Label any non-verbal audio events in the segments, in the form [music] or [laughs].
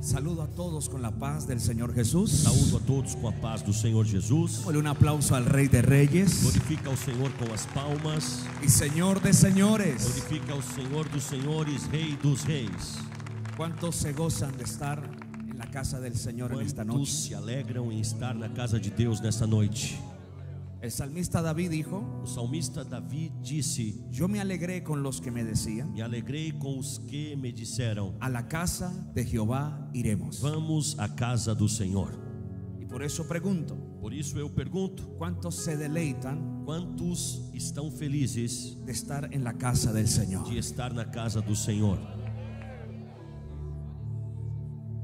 Saludo a todos con la paz del Señor Jesús. Saúdo a todos com a paz do Senhor Jesus. Démosle un aplauso al Rey de Reyes Glorifica ao Senhor com as palmas. y Señor de Señores. Glorifica ao Senhor dos senhores, Rei dos reis. ¿Cuántos se gozan de estar en la casa del Señor en esta Quantos noche? se alegram em estar na casa de Deus nessa noite? El salmista David dijo, O salmista Davi disse: yo me alegré con los que me decían, Me alegrei com os que me disseram: a la casa de Jehová iremos. Vamos à casa do Senhor. Y por eso pregunto, Por isso eu pergunto: ¿cuántos se deleitan quantos estão felizes de estar en la casa del Señor? de estar na casa do Senhor?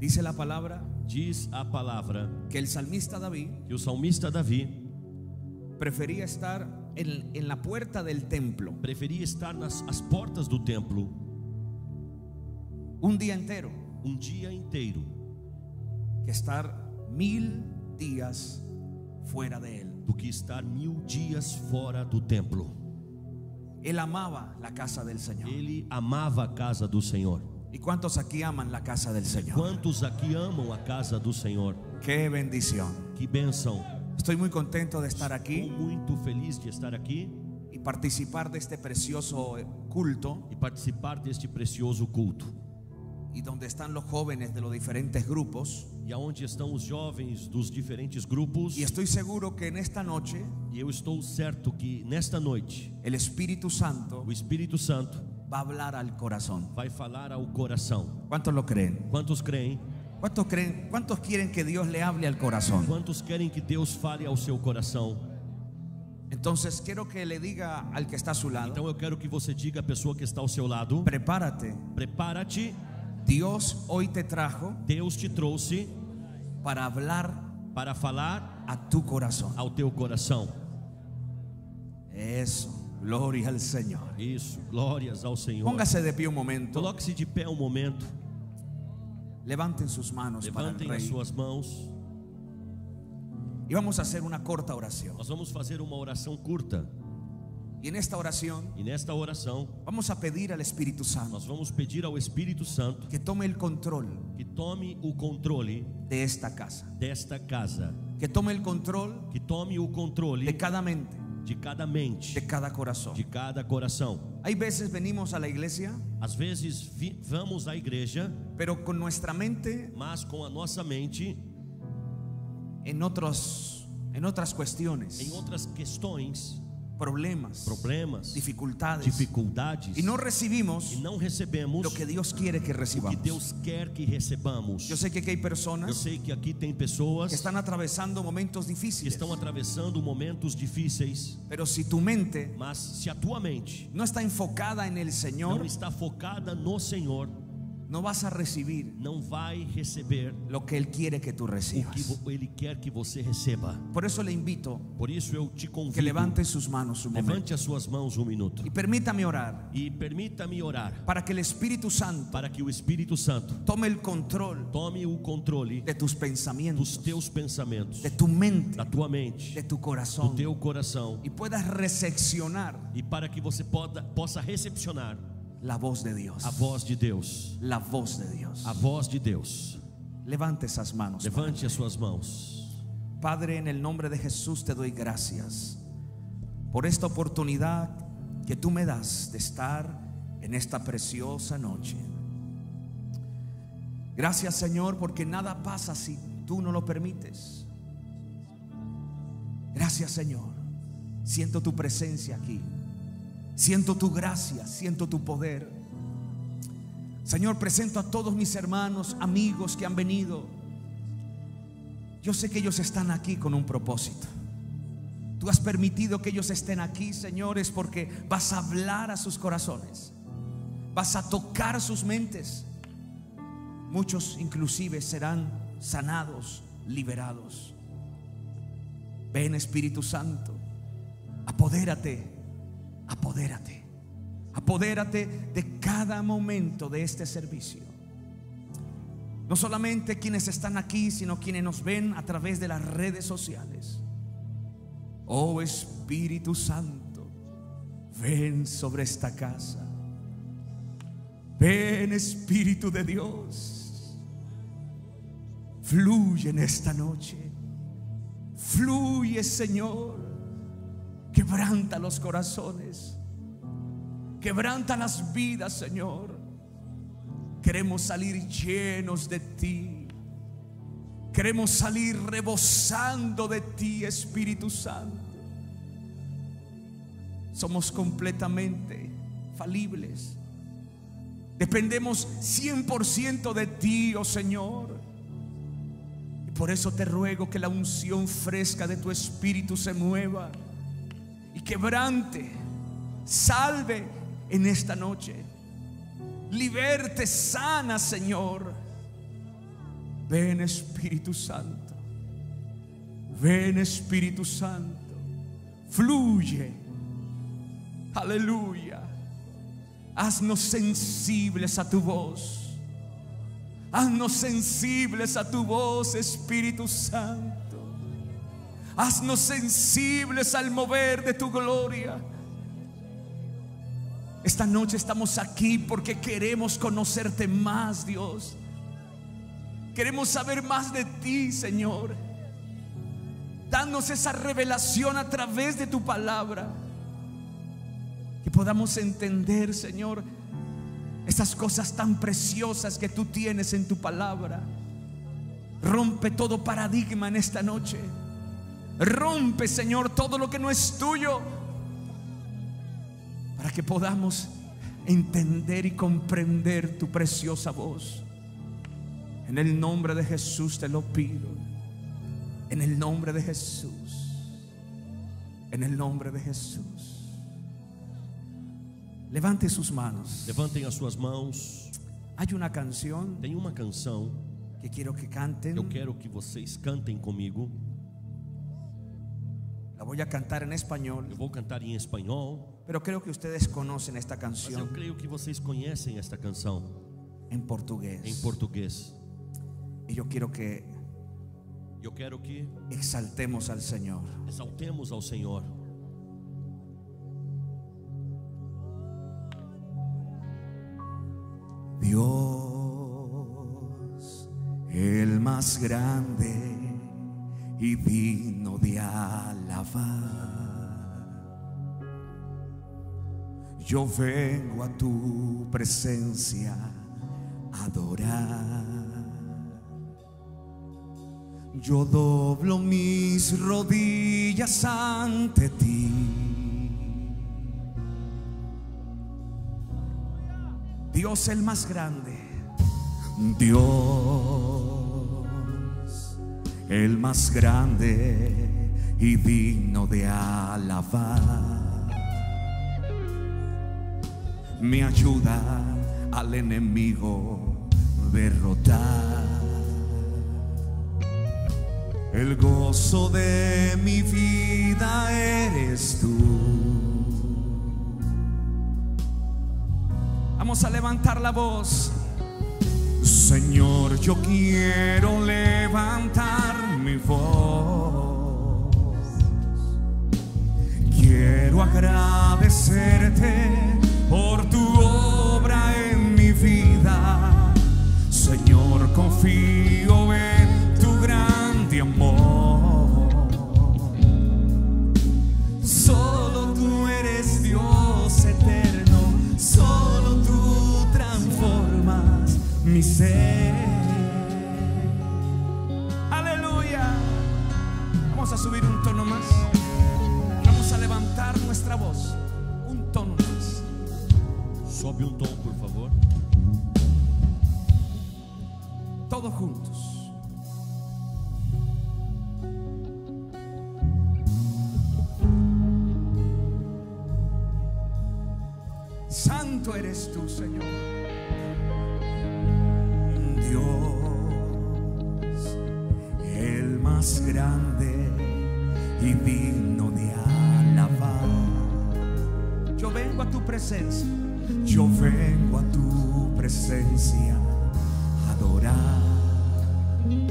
Dice la palabra Diz a palavra que el salmista David que o salmista Davi prefería estar en, en la puerta del templo preferia estar nas as portas do templo un día entero um dia inteiro que estar mil días fuera de él. do que estar mil dias fora do templo. Él amaba la casa del Señor. Ele amava a casa do Senhor. ¿Y cuántos aquí aman la casa del Señor? Quantos aqui amam a casa do Senhor? Qué bendición. Que bênção! Estoy muy contento de estar Estou aquí muito feliz de estar aqui y participar de este precioso culto e participar deste precioso culto. y donde están los jóvenes de los diferentes grupos. E aonde estão os jovens dos diferentes grupos? Y estoy seguro que en esta noche E eu estou certo que nesta noite el Espíritu Santo o Espírito Santo va a hablar al corazón. vai falar ao coração. ¿Cuántos lo creen? Quantos creem? ¿Cuántos creen? ¿Cuántos quieren que Dios le hable al corazón? Quantos querem que Deus fale ao seu coração? Entonces quiero que le diga al que está a su lado, Então eu quero que você diga à pessoa que está ao seu lado: prepárate. prepara-te, Dios hoy te trajo Deus te trouxe para hablar para falar a tu corazón. ao teu coração. Eso, gloria al Señor. Isso, glórias ao Senhor. Póngase de pé un momento. Coloque-se de pé um momento, Levanten sus manos para el levantem as rey. suas mãos. Y vamos a hacer una corta oración. Nós vamos fazer uma oração curta. Y en esta oración E nesta oração, vamos a pedir al Espíritu Santo nós vamos pedir ao Espírito Santo que tome el control que tome o controle de esta casa, desta casa, que tome el control que tome o controle de cada mente, de cada mente, de cada corazón. de cada coração. Hay veces venimos a la iglesia, Às vezes vi- vamos à igreja, pero con nuestra mente mas com a nossa mente en otros en otras em cuestiones, outras questões, problemas, problemas, dificultades dificuldades y no e recibimos não recebemos lo que Deus quiere que o que recibamos. Deus quer que recebamos. Yo sé que aquí hay Eu personas sei que aqui tem pessoas que están atravesando momentos que difíciles, estão atravessando momentos difíceis, pero si tu mente mas se a tua mente no está enfocada en el não Señor, está focada no Senhor, no vas a recibir não vai receber lo que él quiere que tú o que recibas. vo- Ele quer que você receba. Por eso le invito Por isso eu te que convido, levante sus manos un momento levante as suas mãos um minuto y permítame orar e permita-me orar para que el Espíritu Santo para que o Espírito Santo tome el control tome o controle de tus dos pensamientos, teus pensamentos, de tu mente, da tua mente, de tu do corazón teu coração y puedas recepcionar e para que você poda- possa recepcionar la voz de Dios. a voz de Deus, La voz de Dios. a voz de Deus. Levante esas manos. Levante as suas mãos. Padre, en el nombre de Jesús te doy gracias por esta oportunidad que tú me das de estar en esta preciosa noche. Gracias Señor porque nada pasa si tú no lo permites. Gracias Señor. Siento tu presencia aquí. Siento tu gracia, siento tu poder. Señor, presento a todos mis hermanos, amigos que han venido. Yo sé que ellos están aquí con un propósito. Tú has permitido que ellos estén aquí, señores, porque vas a hablar a sus corazones. Vas a tocar sus mentes. Muchos inclusive serán sanados, liberados. Ven Espíritu Santo, apodérate, apodérate. Apodérate de cada momento de este servicio. No solamente quienes están aquí, sino quienes nos ven a través de las redes sociales. Oh Espíritu Santo, ven sobre esta casa. Ven Espíritu de Dios. Fluye en esta noche. Fluye, Señor. Quebranta los corazones. Quebranta las vidas, Señor. Queremos salir llenos de ti. Queremos salir rebosando de ti, Espíritu Santo. Somos completamente falibles. Dependemos 100% de ti, oh Señor. Y por eso te ruego que la unción fresca de tu Espíritu se mueva y quebrante, salve en esta noche. Liberte, sana, Señor. Ven Espíritu Santo. Ven Espíritu Santo. Fluye. Aleluya. Haznos sensibles a tu voz. Haznos sensibles a tu voz, Espíritu Santo. Haznos sensibles al mover de tu gloria. Esta noche estamos aquí porque queremos conocerte más, Dios. Queremos saber más de ti, Señor. Danos esa revelación a través de tu palabra. Que podamos entender, Señor, esas cosas tan preciosas que tú tienes en tu palabra. Rompe todo paradigma en esta noche. Rompe, Señor, todo lo que no es tuyo para que podamos entender y comprender tu preciosa voz. En el nombre de Jesús te lo pido. En el nombre de Jesús. En el nombre de Jesús. Levante sus manos. Levantem as suas mãos. Hay una canción Tem uma canção que quiero que que eu canten. quero que vocês cantem comigo. La voy a cantar en español. Eu vou cantar em espanhol, Pero creo que ustedes conocen esta mas eu canción creio que vocês conhecem esta canção en em portugués. português. Y yo quiero que Eu quero que exaltemos al Señor. exaltemos ao Senhor. Dios, el más grande y digno de alabar. Yo vengo a tu presencia a adorar. Yo doblo mis rodillas ante ti. Dios el más grande. Dios el más grande y digno de alabar. Me ayuda al enemigo derrotar. El gozo de mi vida eres tú. Vamos a levantar la voz. Señor, yo quiero levantar mi voz. Quiero agradecerte por tu obra en mi vida. Señor, confío en tu grande amor. Solo tú eres Dios eterno, solo tú transformas mi ser. Aleluya. Vamos a subir un tono más. Vamos a levantar nuestra voz. Un tono más. Sobe um tom, por favor. Todos juntos. Santo eres tú, Señor. Dios, el más grande y digno de alabar. Yo vengo a tu presencia. Yo vengo a tu presencia a adorar.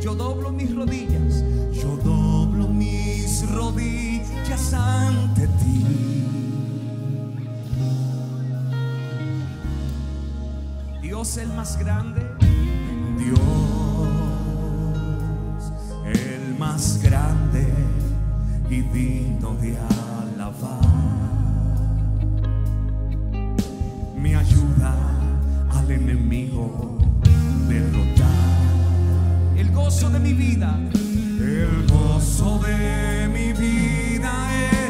Yo doblo mis rodillas, yo doblo mis rodillas ante ti. Dios el más grande, Dios digno de alabar. Me ayuda al enemigo derrotar. El gozo de mi vida, el gozo de mi vida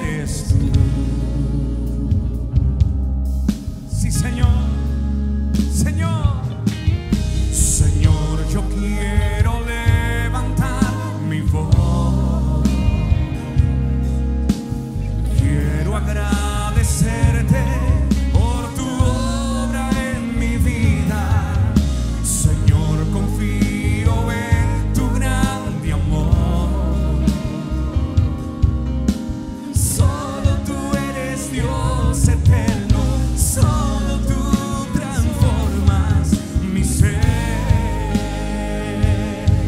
eres tú. Sí, Señor, Señor. Señor, yo quiero levantar mi voz. Quiero agradecerte por tu obra en mi vida. Señor, confío en tu grande amor. Solo tú eres Dios eterno, solo tú transformas mi ser.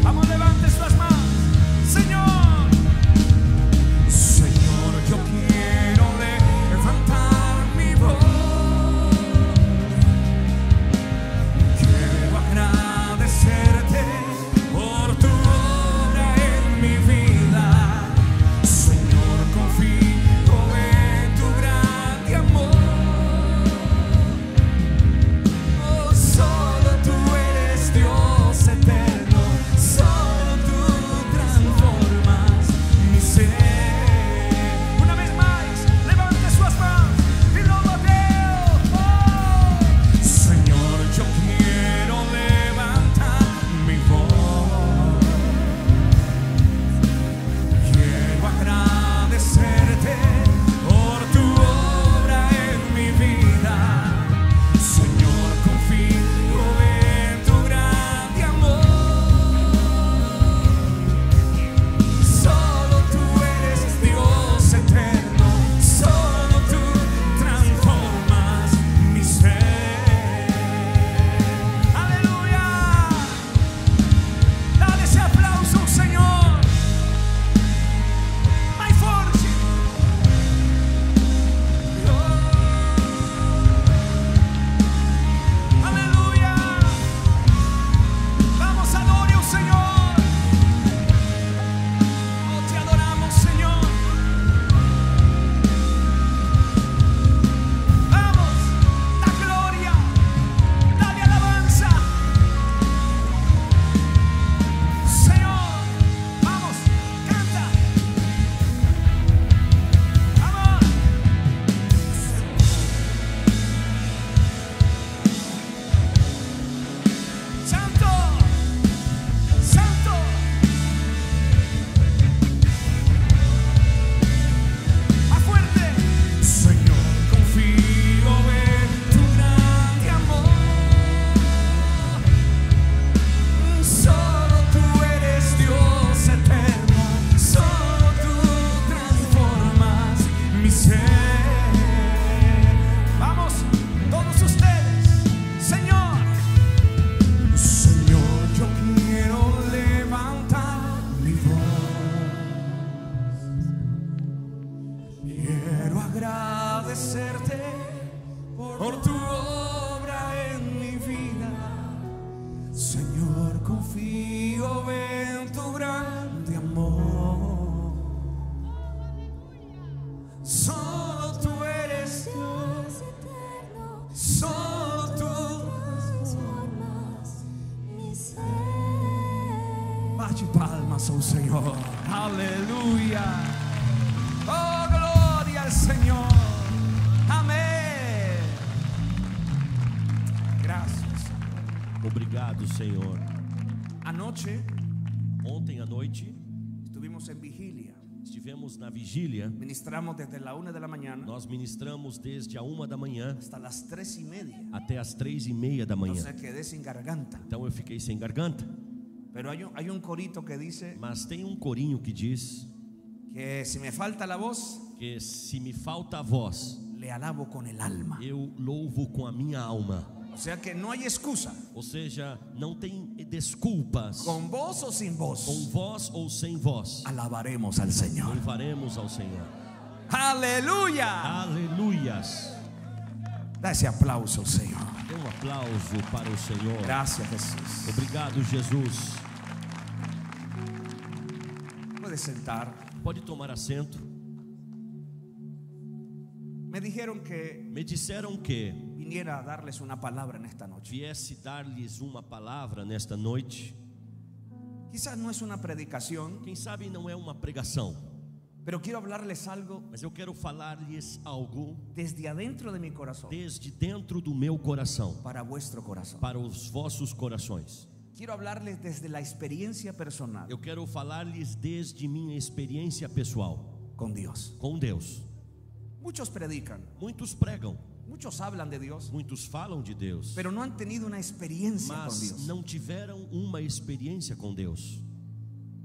Vamos, levantes las manos, Señor. Señor, yo quiero levantar mi voz. Quiero agradecerte por tu obra en mi vida. Señor, confío en tu grande amor. Solo tú eres Dios eterno. Solo tú transformas mi ser. Una vez más, levante sus manos y lo bateo. Señor, yo quiero levantar mi voz. Quiero agradecerte por tu obra en mi vida. Señor, confío en tu grande amor. Solo tú eres Dios eterno. Solo tú transformas mi ser. Aleluya. Dale ese aplauso, Señor. Mai forte. Oh. Aleluia. Vamos, adore ao Senhor. Oh, te adoramos, Senhor. Vamos, da glória, dá-lhe alabança. Senhor, vamos, canta. Vamos. Santo, santo. Más fuerte. Señor, confío en tu grande amor. Solo tú eres Dios eterno, solo tú transformas mi ser. Vamos, todos ustedes, Señor. Señor, yo quiero levantar mi voz. Quiero agradecerte por tu obra en mi vida. Señor, confío en tu grande amor. Solo tú eres Dios, eterno, solo tú. transformas mi ser. Bate palmas ao Senhor. Aleluia. Oh, glória ao Senhor. Amém. Graças. Obrigado, Senhor. Anoche Ontem à noite estuvimos en vigilia. estivemos na vigília. Ministramos desde la una de la mañana Nós ministramos desde a uma da manhã hasta las tres y media. até as três e meia da manhã. Entonces quedé sin garganta. Então eu fiquei sem garganta. Pero hay un, hay un corito que dice Mas tem um corinho que diz que si me falta la voz, que se me falta a voz, le alabo con el alma. eu louvo com a minha alma. O sea que no hay excusa, Ou seja, não tem desculpas. con voz o sin Com voz. voz ou sem voz, Alabaremos al Señor. louvaremos ao Senhor. Aleluya. Aleluias. Da ese aplauso, Señor. Dê um aplauso para o Senhor. Gracias, Jesús. Obrigado, Jesus. Puede sentar. Pode tomar assento. Me dijeron que Me disseram que viniera a darles una palabra en esta noche. viesse dar-lhes uma palavra nesta noite. Quizás no es una predicación, Quem sabe não é uma pregação, pero quiero hablarles algo mas eu quero falar-lhes algo desde adentro de mi corazón desde dentro do meu coração para vuestro corazón. para os vossos corações. Quiero hablarles desde la experiencia personal Eu quero falar-lhes desde minha experiência pessoal con Dios. com Deus. Muchos predican, Muitos pregam, muchos hablan de Dios, muitos falam de Deus, pero no han tenido una experiencia con mas Dios. não tiveram uma experiência com Deus.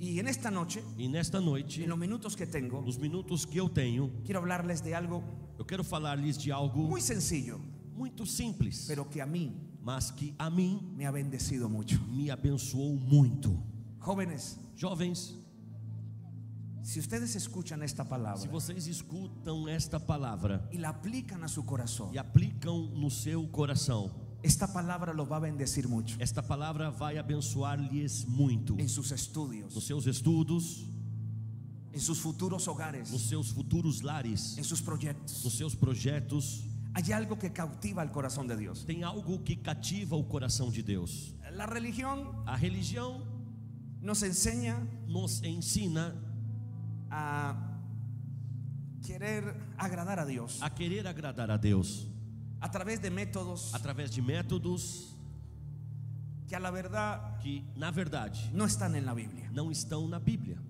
Y en esta noche, E nesta noite, en los minutos que tengo, nos minutos que eu tenho, quiero hablarles de algo eu quero falar-lhes de algo muy sencillo, muito simples, pero que a mí mas que a mim me ha bendecido mucho. me abençoou muito. Jóvenes, Jovens, si ustedes escuchan esta se palabra vocês escutam esta palavra y la aplican a su corazón, e aplicam no seu coração, esta palabra los va a bendecir mucho esta palavra vai abençoar-lhes muito en sus nos estudios, seus estudos, en sus futuros nos hogares, seus futuros lares, en sus proyectos. nos seus projetos. Hay algo que cautiva el corazón de Dios. Tem algo que cativa o coração de Deus. La religión A religião nos enseña nos ensina a querer agradar a Dios a querer agradar a Deus a través de métodos através de métodos que a la verdad que, na verdade, no están en la Biblia. não estão na Bíblia.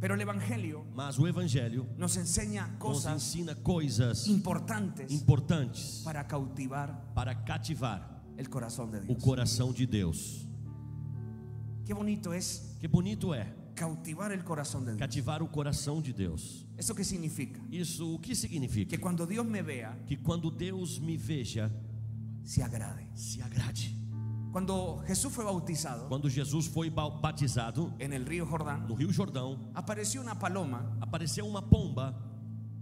Pero el Evangelio Mas o Evangelho nos enseña nos cosas ensina coisas importantes importantes para cautivar para cativar el corazón de o Dios. coração de Deus. Qué bonito es Que bonito é cautivar el corazón de Dios. cativar o coração de Deus. ¿Eso qué significa? Isso o que significa? Que cuando Dios me vea, Que quando Deus me veja, se agrade. se agrade. Cuando Jesús fue bautizado Quando Jesus foi ba- batizado en el río Jordán, no Rio Jordão, apareció una paloma apareceu uma pomba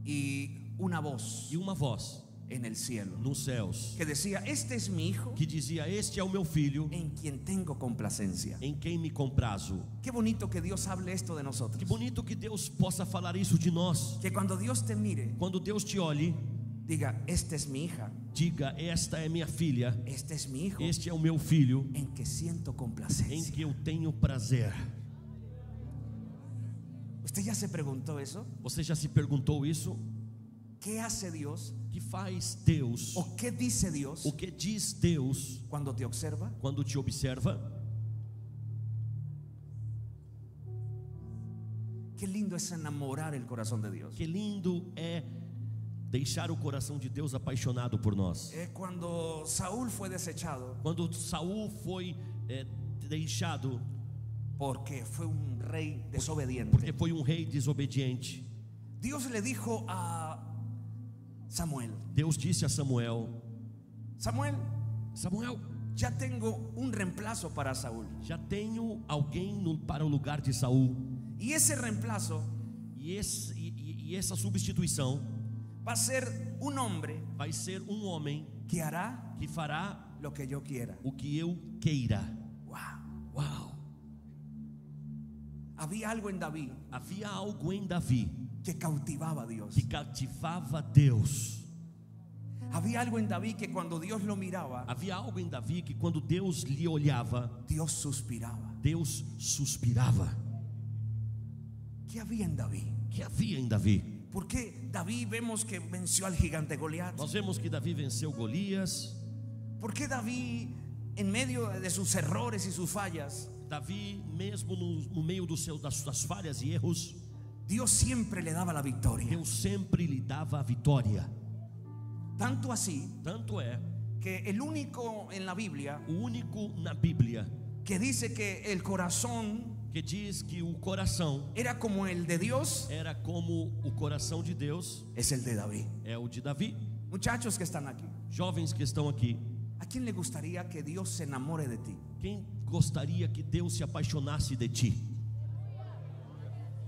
y una voz e uma voz en el cielo nos céus que decía, este es mi hijo que dizia: Este é o meu filho, en quien tengo complacencia. em quem me comprazo. Qué bonito que Dios hable esto de Que nosotros. bonito que Deus possa falar isso de nós. Que cuando Dios te mire, Quando Deus te olhe, diga, esta es mi hija, diga: Esta é minha filha, este es mi hijo este é o meu filho, en que siento em complacencia. que eu tenho prazer. ¿Usted ya se preguntó eso? Você já se perguntou isso? ¿Qué hace Dios Que faz Deus? o qué dice Dios O que diz Deus cuando te observa? quando te observa? Qué lindo es enamorar el corazón de Dios. Que lindo é deixar o coração de Deus apaixonado por nós. Eh, cuando Saúl fue desechado Quando Saul foi é, deixado porque fue un rey porque desobediente, foi um rei desobediente, Dios le dijo a Samuel, Deus disse a Samuel: Samuel, Samuel, ya tengo un reemplazo para Saúl. já tenho alguém no- para o lugar de Saul Y ese reemplazo e, esse- e- e- e essa substituição va a ser un hombre vai ser um homem que hará que fará lo que yo quiera. o que eu queira. Wow. Uau! Había algo en David Havia algo em Davi que cautivaba a Dios. que cativava Deus. Había algo en David que cuando Dios lo miraba, Havia algo em Davi que quando Deus lhe olhava, Dios suspiraba. Deus suspirava. ¿Qué había en David? O que havia em Davi? ¿Por qué David vemos que venció al gigante Goliat? Nós vemos que Davi venceu Golias, ¿Por qué David en medio de sus errores y sus fallas, Davi, mesmo no, no meio dos seus, das suas falhas e erros, Dios siempre le daba la victoria? Deus sempre lhe dava a vitória. Tanto así Tanto é que el único en la Biblia o único na Bíblia que dice que el corazón que diz que o coração era como el de Dios era como o coração de Deus es el de David. é o de Davi. Muchachos que están aquí, Jovens que estão aqui, ¿a quién le gustaría que Dios se enamore de ti? quem gostaria que Deus se apaixonasse de ti?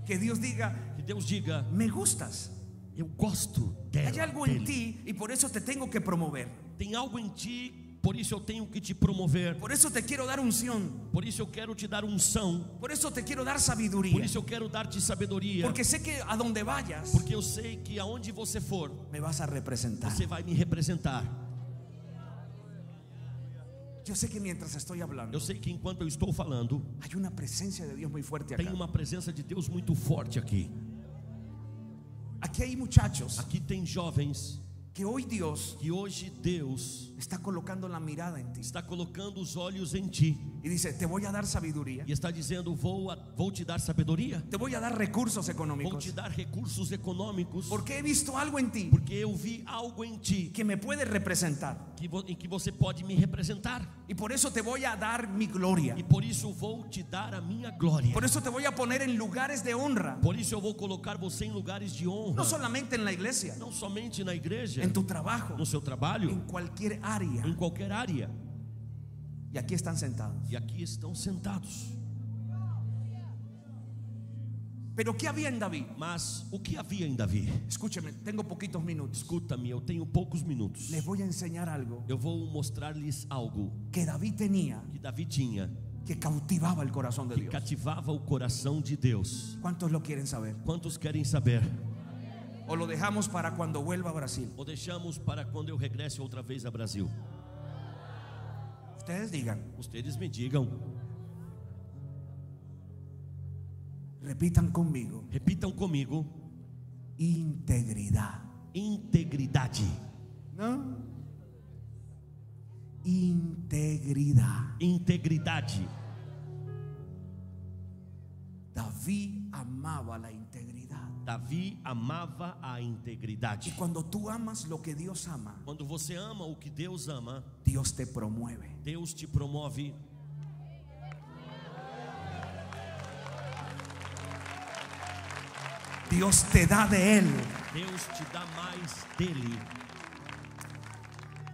Que Dios diga, Que Deus diga: me gustas, Eu gosto dela. hay algo en dele. ti y por eso te tengo que promover. Tem algo em ti Por isso eu tenho que te promover. Por eso te quiero dar unción. Por isso eu quero te dar unção. Por eso te quiero dar Por sabiduría. isso eu quero dar-te sabedoria. Porque sé que a donde vayas Porque eu sei que aonde você for, me vas a representar. você vai me representar. Yo sé que mientras estoy hablando Eu sei que enquanto eu estou falando, hay una presencia de Dios muy fuerte tem acá. uma presença de Deus muito forte aqui. Aquí hay muchachos Aqui tem jovens que hoy Dios que hoje Deus está colocando la mirada en ti está colocando os olhos em ti y dice, te voy a dar sabiduría, e está dizendo: Vou, a- vou te dar sabedoria, te voy a dar recursos vou te económicos, dar recursos econômicos, porque he visto algo en ti porque eu vi algo em ti que me puede representar que vo- em que você pode me representar. y por eso te voy a dar mi gloria, E por isso vou te dar a minha glória. por eso te voy a poner en lugares de honra, Por isso eu vou colocar você em lugares de honra, no solamente en la iglesia, não somente na igreja, en tu trabajo, no seu trabalho, en cualquier área. em qualquer área. Y aquí están sentados. E aqui estão sentados. Pero ¿qué había en David? Mas o que havia em Davi? Escúcheme, tengo poquitos minutos. Escuta-me, eu tenho poucos minutos. Les voy a enseñar algo Eu vou mostrar-lhes algo que David tenía que Davi tinha, que cautivaba el corazón de que Dios. cativava o coração de Deus. ¿Cuántos lo quieren saber? Quantos querem saber? ¿O lo dejamos para cuando vuelva a Brasil? Ou deixamos para quando eu regresse outra vez a Brasil? Ustedes digan, Vocês me digam. repitan conmigo, Repitam comigo: integridad. integridade. ¿No? Integridad. Integridade. David amaba la integridad. Davi amava a Y integridade. cuando tú amas lo que Dios ama, Quando você ama o que Deus ama, Dios te promueve. Deus te promove. Dios te da de él. Deus te dá mais dele.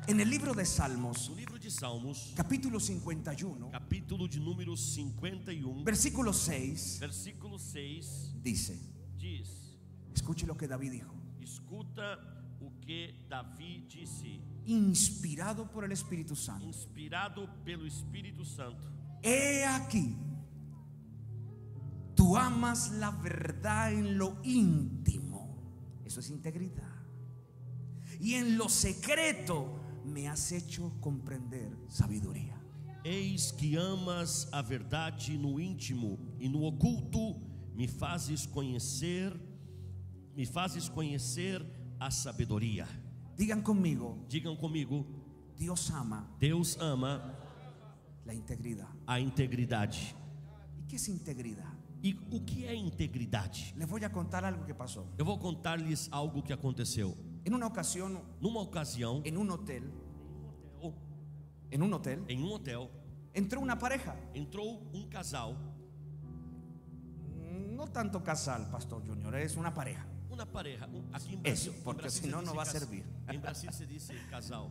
En el libro de Salmos, No livro de Salmos, capítulo 51, capítulo de número 51, versículo 6, versículo 6, dice, diz: escuche lo que David dijo, Escuta o que Davi disse, inspirado por el Espíritu Santo. inspirado pelo Espírito Santo. He aquí, tú amas la verdad en lo íntimo, eso es integridad, y en lo secreto me has hecho comprender sabiduría. Eis que amas a verdade no íntimo e no oculto me fazes conhecer, me fazes conhecer a sabedoria. Digan conmigo, Digam comigo, Dios ama Deus ama la integridad. a integridade. ¿Y qué es integridad? E o que é integridade? Les voy a contar algo que pasó. Eu vou contar-lhes algo que aconteceu. En una ocasión, Numa ocasião, en un hotel, eu- en un hotel, em um hotel, entró una pareja. entrou um casal, No tanto casal, Pastor Junior, es una pareja. uma pareja. um- Aqui em Brasil, Isso, em porque Brasil senão se não diz vai cas- servir. Em Brasil se diz casal,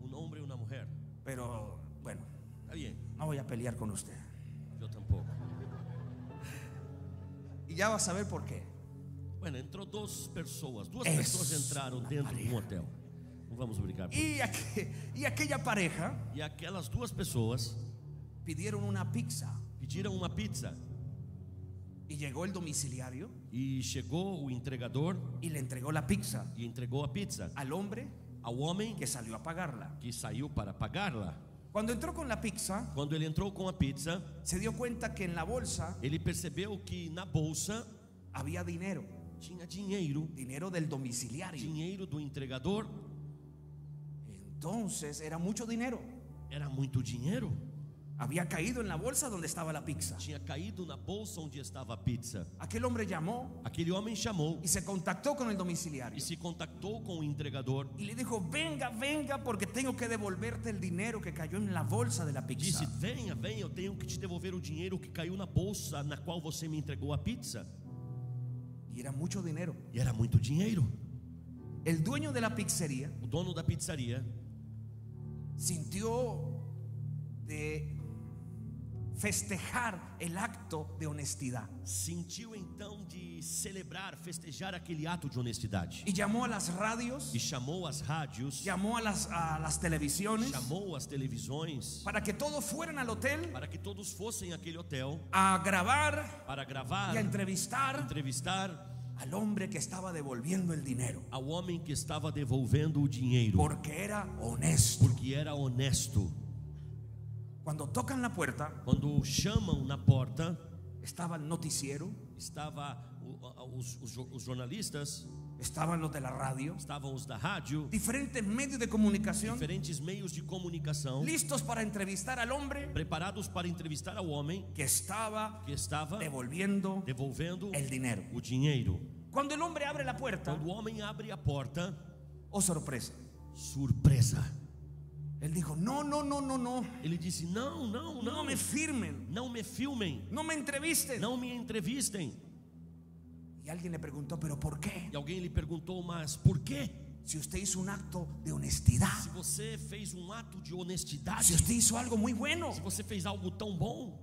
um homem e uma mulher. Pero bueno, Tá bem, no voy a pelear con usted. eu tampouco. Y ya vas a ver por qué. Bueno, entrou duas pessoas, duas Essa pessoas entraram dentro de um hotel. Não vamos brigar. por- Y, aqu- y aquella pareja E aquelas duas pessoas pidieron una pizza pediram uma pizza y llegó el domiciliario e chegou o entregador y le entregó la pizza e entregou a pizza al hombre ao homem que salió a pagarla. que saiu para pagá-la. Cuando entró con la pizza, Quando ele entrou com a pizza, se dio cuenta que en la bolsa ele percebeu que na bolsa había dinero, tinha dinheiro, dinero del domiciliario. dinheiro do entregador. Entonces era mucho dinero. Era muito dinheiro. Había caído en la bolsa donde estaba la pizza. Tinha caído na bolsa onde estava a pizza. Aquel hombre llamó Aquele homem chamou y se contactó con el domiciliario e se contactou com o entregador. y le dijo, venga, venga, porque tengo que devolverte el dinero que cayó en la bolsa de la Disse: pizza. Venha, venha, eu tenho que te devolver o dinheiro que caiu na bolsa na qual você me entregou a pizza. Y era mucho dinero. E era muito dinheiro. El dueño de la pizzería O dono da pizzaria sintió de festejar el acto de honestidad. Sentiu então de celebrar, festejar aquele ato de honestidade. Y llamó a las radios, E chamou as rádios, llamó a las, a las televisiones, chamou as televisões, para que todos fueran al hotel para que todos fossem àquele hotel a grabar para gravar, y a entrevistar entrevistar al hombre que estaba devolviendo el dinero, ao homem que estava devolvendo o dinheiro, porque era honesto. porque era honesto. Cuando tocan la puerta, Quando chamam na porta, estaba el noticiero, estava o- a- os, os jo- os jornalistas, estaban los de la radio, estavam os da rádio, diferentes medios de comunicación diferentes meios de comunicação, listos para entrevistar al hombre preparados para entrevistar ao homem que estaba que estava devolviendo devolvendo el dinero. Tá. o dinheiro. Cuando el hombre abre la puerta, Quando o homem abre a porta, oh sorpresa, surpresa. él dijo, no, no, no, no, no, Ele disse: Não, no não, não, me firmen, não me filmem, no me entrevisten. não me entrevistem. Y alguien le preguntó, pero ¿por qué? E alguém lhe perguntou: Mas por quê? Si usted hizo un acto de honestidad, Se você fez um ato de honestidade, si usted hizo algo muy bueno. se você fez algo tão bom,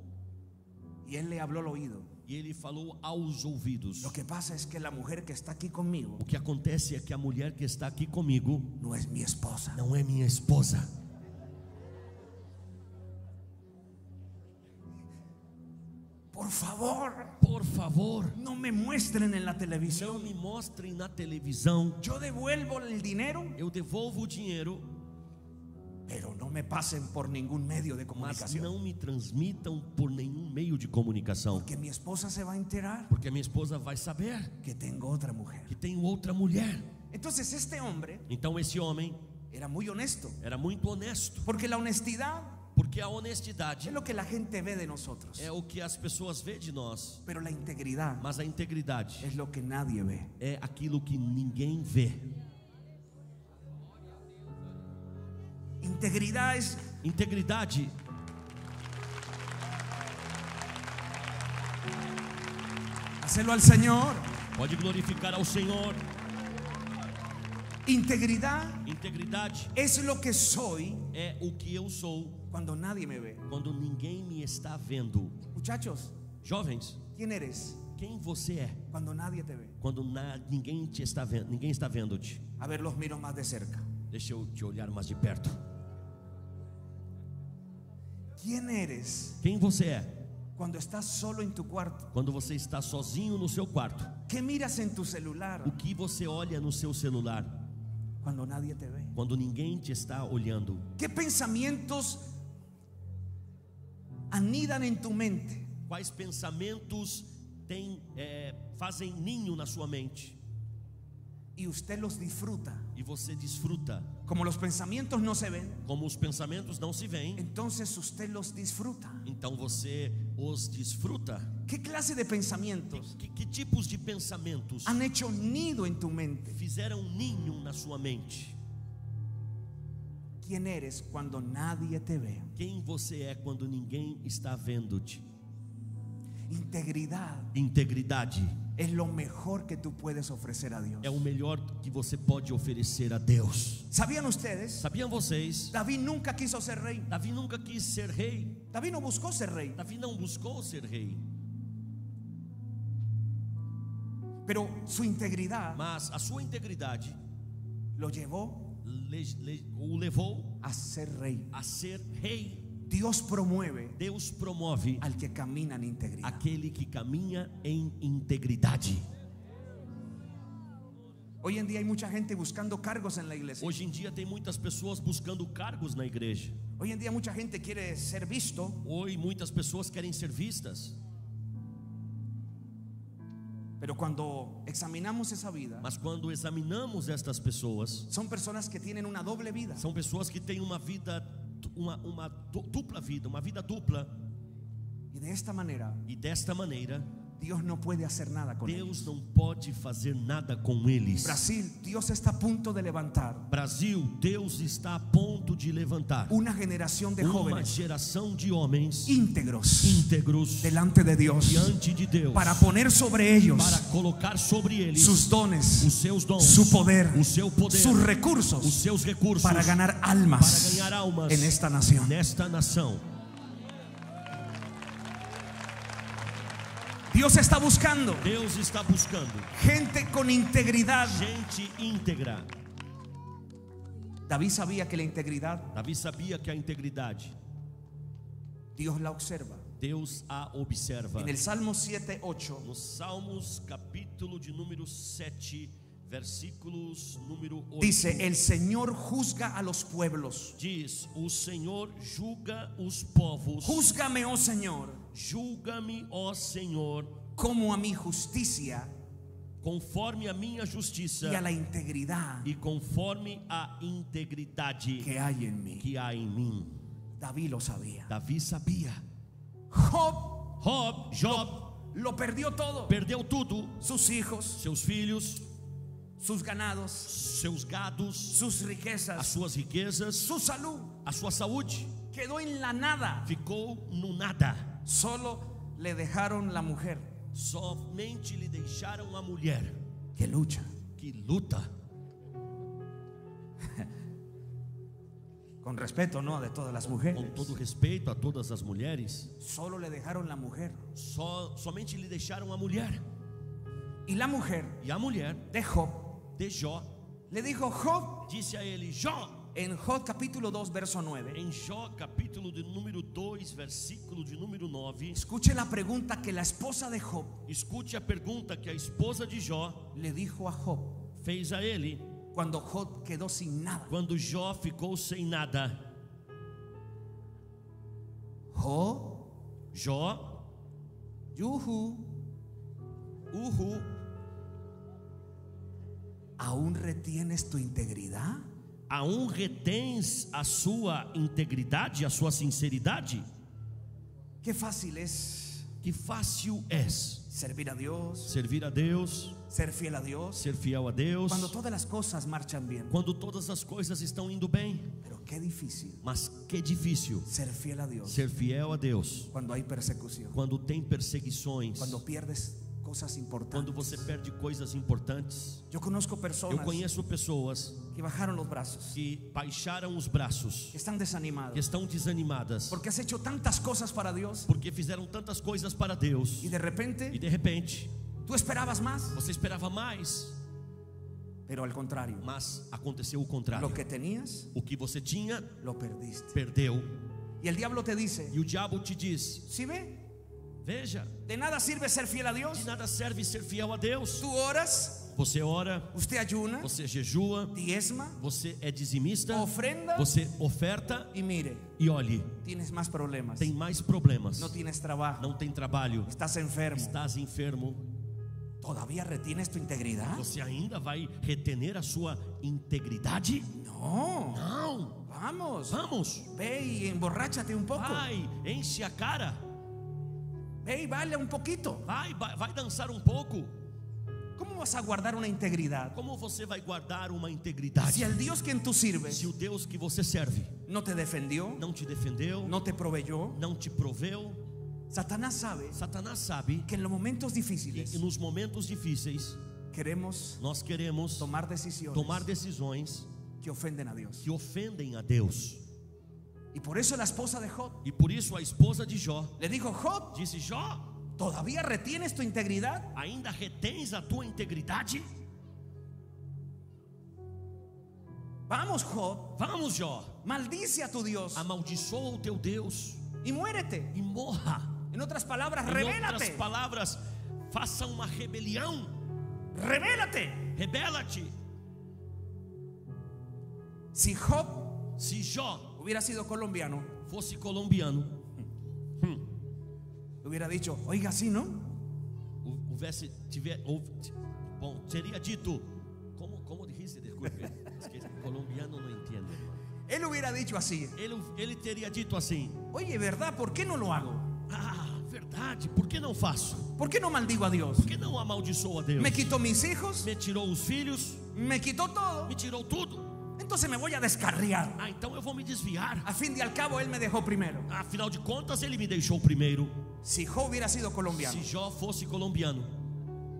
Y él le habló al oído. e ele falou aos ouvidos. Lo que pasa es que la mujer que está aquí conmigo O que acontece é que a mulher que está aqui comigo no es mi esposa. não é minha esposa. Por favor, Por favor, no me muestren en la não televisión. me mostrem na televisão. Yo devuelvo el dinero, Eu devolvo o dinheiro, pero no me pasen por ningún medio de mas comunicación. não me transmitam por nenhum meio de comunicação. Que mi esposa se va a enterar Porque a minha esposa vai saber que tengo otra mujer. que tem outra mulher. Entonces este hombre Então esse homem era muy honesto, era muito honesto, porque la honestidad porque a es honestidade lo que la gente ve de nosotros, é o que as pessoas vê de nós, pero la integridad Eh, mas a integridade es lo que nadie ve. é aquilo que ninguém vê. Integridad es Integridade hacerlo al Señor. pode glorificar ao Senhor. Integridad Integridade es lo que soy é o que eu sou cuando nadie me ve. quando ninguém me está vendo. Muchachos, Jovens, ¿quién eres quem você é cuando nadie te ve? quando na- ninguém te está vendo? Ninguém está vendo-te. A ver, los miro más de cerca. Deixa eu te olhar mais de perto. ¿Quién eres Quem você é cuando estás solo en tu cuarto? quando você está sozinho no seu quarto? ¿Qué miras en tu celular O que você olha no seu celular cuando nadie te ve? quando ninguém te está olhando? ¿Qué pensamientos anidan en tu mente? Quais pensamentos têm, é, fazem ninho na sua mente Y usted los disfruta. e você desfruta? Como los pensamientos no se ven, Como os pensamentos não se veem, entonces usted los disfruta. então você os desfruta. ¿Qué clase de pensamientos Que, que tipos de pensamentos han hecho nido en tu mente? fizeram ninho na sua mente? ¿Quién eres cuando nadie te ve? Quem você é quando ninguém está vendo-te? Integridad Integridade es lo mejor que tú puedes ofrecer a Dios. é o melhor que você pode oferecer a Deus. ¿Sabían ustedes? Sabiam vocês? David nunca quiso ser rey. Davi nunca quis ser rei. David no buscó ser rey. Davi não buscou ser rei, Pero su integridad mas a sua integridade lo llevou le- le- o levou a ser rey. a ser rei. Dios promueve Deus promove al que camina en integridad. aquele que caminha em integridade. Hoy en día hay mucha gente buscando cargos en la iglesia. Hoje em dia tem muitas pessoas buscando cargos na igreja. Hoy en día mucha gente quiere ser visto, Hoje muitas pessoas querem ser vistas, pero cuando examinamos esa vida, mas quando examinamos estas pessoas, son personas que tienen una doble vida. são pessoas que têm uma vida, uma, uma du- dupla vida, uma vida dupla, Y de esta manera, e desta maneira Dios no puede hacer nada con ellos. Deus não pode fazer nada com eles. Brasil, Dios está a punto de levantar Brasil, Deus está a ponto de levantar una generación de uma jóvenes geração de homens íntegros íntegros delante de Dios diante de Deus para poner sobre para ellos colocar sobre eles sus os dones, seus dons, su poder, o seu poder, sus os recursos seus recursos para ganar para almas ganhar almas en esta nación. nesta nação. Dios está buscando Deus está buscando gente con integridad. gente íntegra. David sabía que la integridad Davi sabia que a integridade Dios la observa. Deus a observa. En el Salmo 7, 8 No Salmos, capítulo de número 7, versículos número 8. dice, el Señor juzga a los pueblos. Diz, o Senhor julga os povos. Júzgame, oh Señor, Julga-me, ó Senhor, como a mi justicia conforme a minha justiça y a la integridad e conforme a integridade que hay en mí. que há em mim. David lo sabía. Davi sabia. Job Job, Job lo perdió todo. perdeu tudo: Sus hijos, seus filhos, sus ganados, seus gados, sus as riquezas, suas riquezas, su salud. a sua saúde. Quedó en la nada. Ficou no nada. Solo le dejaron la mujer Somente lhe deixaram a mulher que lucha. que luta. Con respeto, ¿no? De todas las Com mujeres. todo respeito a todas as mulheres, Solo le dejaron la mujer. só, somente lhe deixaram a mulher. Y la mujer E a mulher de Job de Jó le dijo, Job, disse a ele: Jó, en Job capítulo 2, verso 9. em Jó capítulo de número 2, versículo de número 9, Escuche la pregunta que la esposa de Job escute a pergunta que a esposa de Jó le dijo a Job fez a ele cuando Job quedó sin nada. quando Jó ficou sem nada. Job, Jó, yuhu, uhu, ¿aún retienes tu integridad? aún retens a sua integridade, a sua sinceridade? Qué fácil es Que fácil és servir a Dios, servir a Deus, ser fiel a Dios, ser fiel a Deus, cuando todas las cosas marchan bien. quando todas as coisas estão indo bem. Pero qué difícil Mas que difícil ser fiel a Dios ser fiel a Deus cuando hay persecución, quando tem perseguições, cuando pierdes cosas quando importantes. você perde coisas importantes. Yo conozco Eu personas conheço pessoas que bajaron los brazos, que baixaram os braços, que están que desanimados, estão desanimadas, porque has hecho tantas cosas para Dios porque fizeram tantas coisas para Deus y de e repente de repente tú esperabas más, você esperava mais, pero al contrario, mas aconteceu o lo contrário. que tenías O que você tinha, lo perdiste. perdeu. Y el diablo te dice, E o diabo te diz: si ve, Veja, de nada sirve ser fiel a de Dios. nada serve ser fiel a Deus. Tú oras, Você ora, usted ayuna, você jejua, diezma, você é dizimista, ofrenda você oferta y mire, e olhe, tienes más problemas. tem mais problemas. No tienes trabajo, Não tem trabalho, estás enfermo. estás enfermo. ¿Todavía retienes tu integridad? Você ainda vai retener a sua integridade? No, Não! vamos. Vamos! Ve y emborráchate un poco. Vai, enche a cara. Ve y vale un poquito. Vai, vai, vai dançar um pouco. ¿Cómo vas a guardar una integridad Como você vai guardar uma si integridade? el Dios quien tú Se sirves o Deus que você serve no te defendió, não te defendeu, no te proveyó? não te proveu, Satanás sabe Satanás sabe que en los momentos que difíciles né? nos momentos difíceis queremos nós queremos tomar decisiones tomar decisões que ofenden a Dios. que ofendem a Deus. Y por eso la esposa de Job E por isso a esposa de Jó le dijo, Job, disse: Jó, ¿todavía retienes tu integridad? ainda retens a tua integridade? Vamos, Job, Vamos, Jó, maldice a tu Dios amaldiçoa o teu Deus y muérete. e morra. En otras palabras, Em outras revélate, palavras, faça uma rebelião, revélate. rebela-te. Si Job Se Jó hubiera sido colombiano, fosse colombiano, le hubiera dicho, oiga, así, ¿no? hou- houvesse, tiver, houve, ti- bom, teria dito, como, como disse, desculpe, [laughs] esqueci, colombiano não entende. irmão. Él hubiera dicho así, Ele, ele teria dito assim: oye, ¿verdad? ¿Por qué no lo hago? Ah, verdade, por que não faço? ¿Por qué no maldigo a Dios? Por que não amaldiçoa a Deus? Me quitó mis hijos, Me tirou os filhos, me quitó todo, me tirou tudo. entonces me voy a descarriar. Ah, então eu vou me desviar. A fin de al cabo, él me dejó primero. Afinal de contas, ele me deixou primeiro. Si Job hubiera sido colombiano, Se Jó fosse colombiano,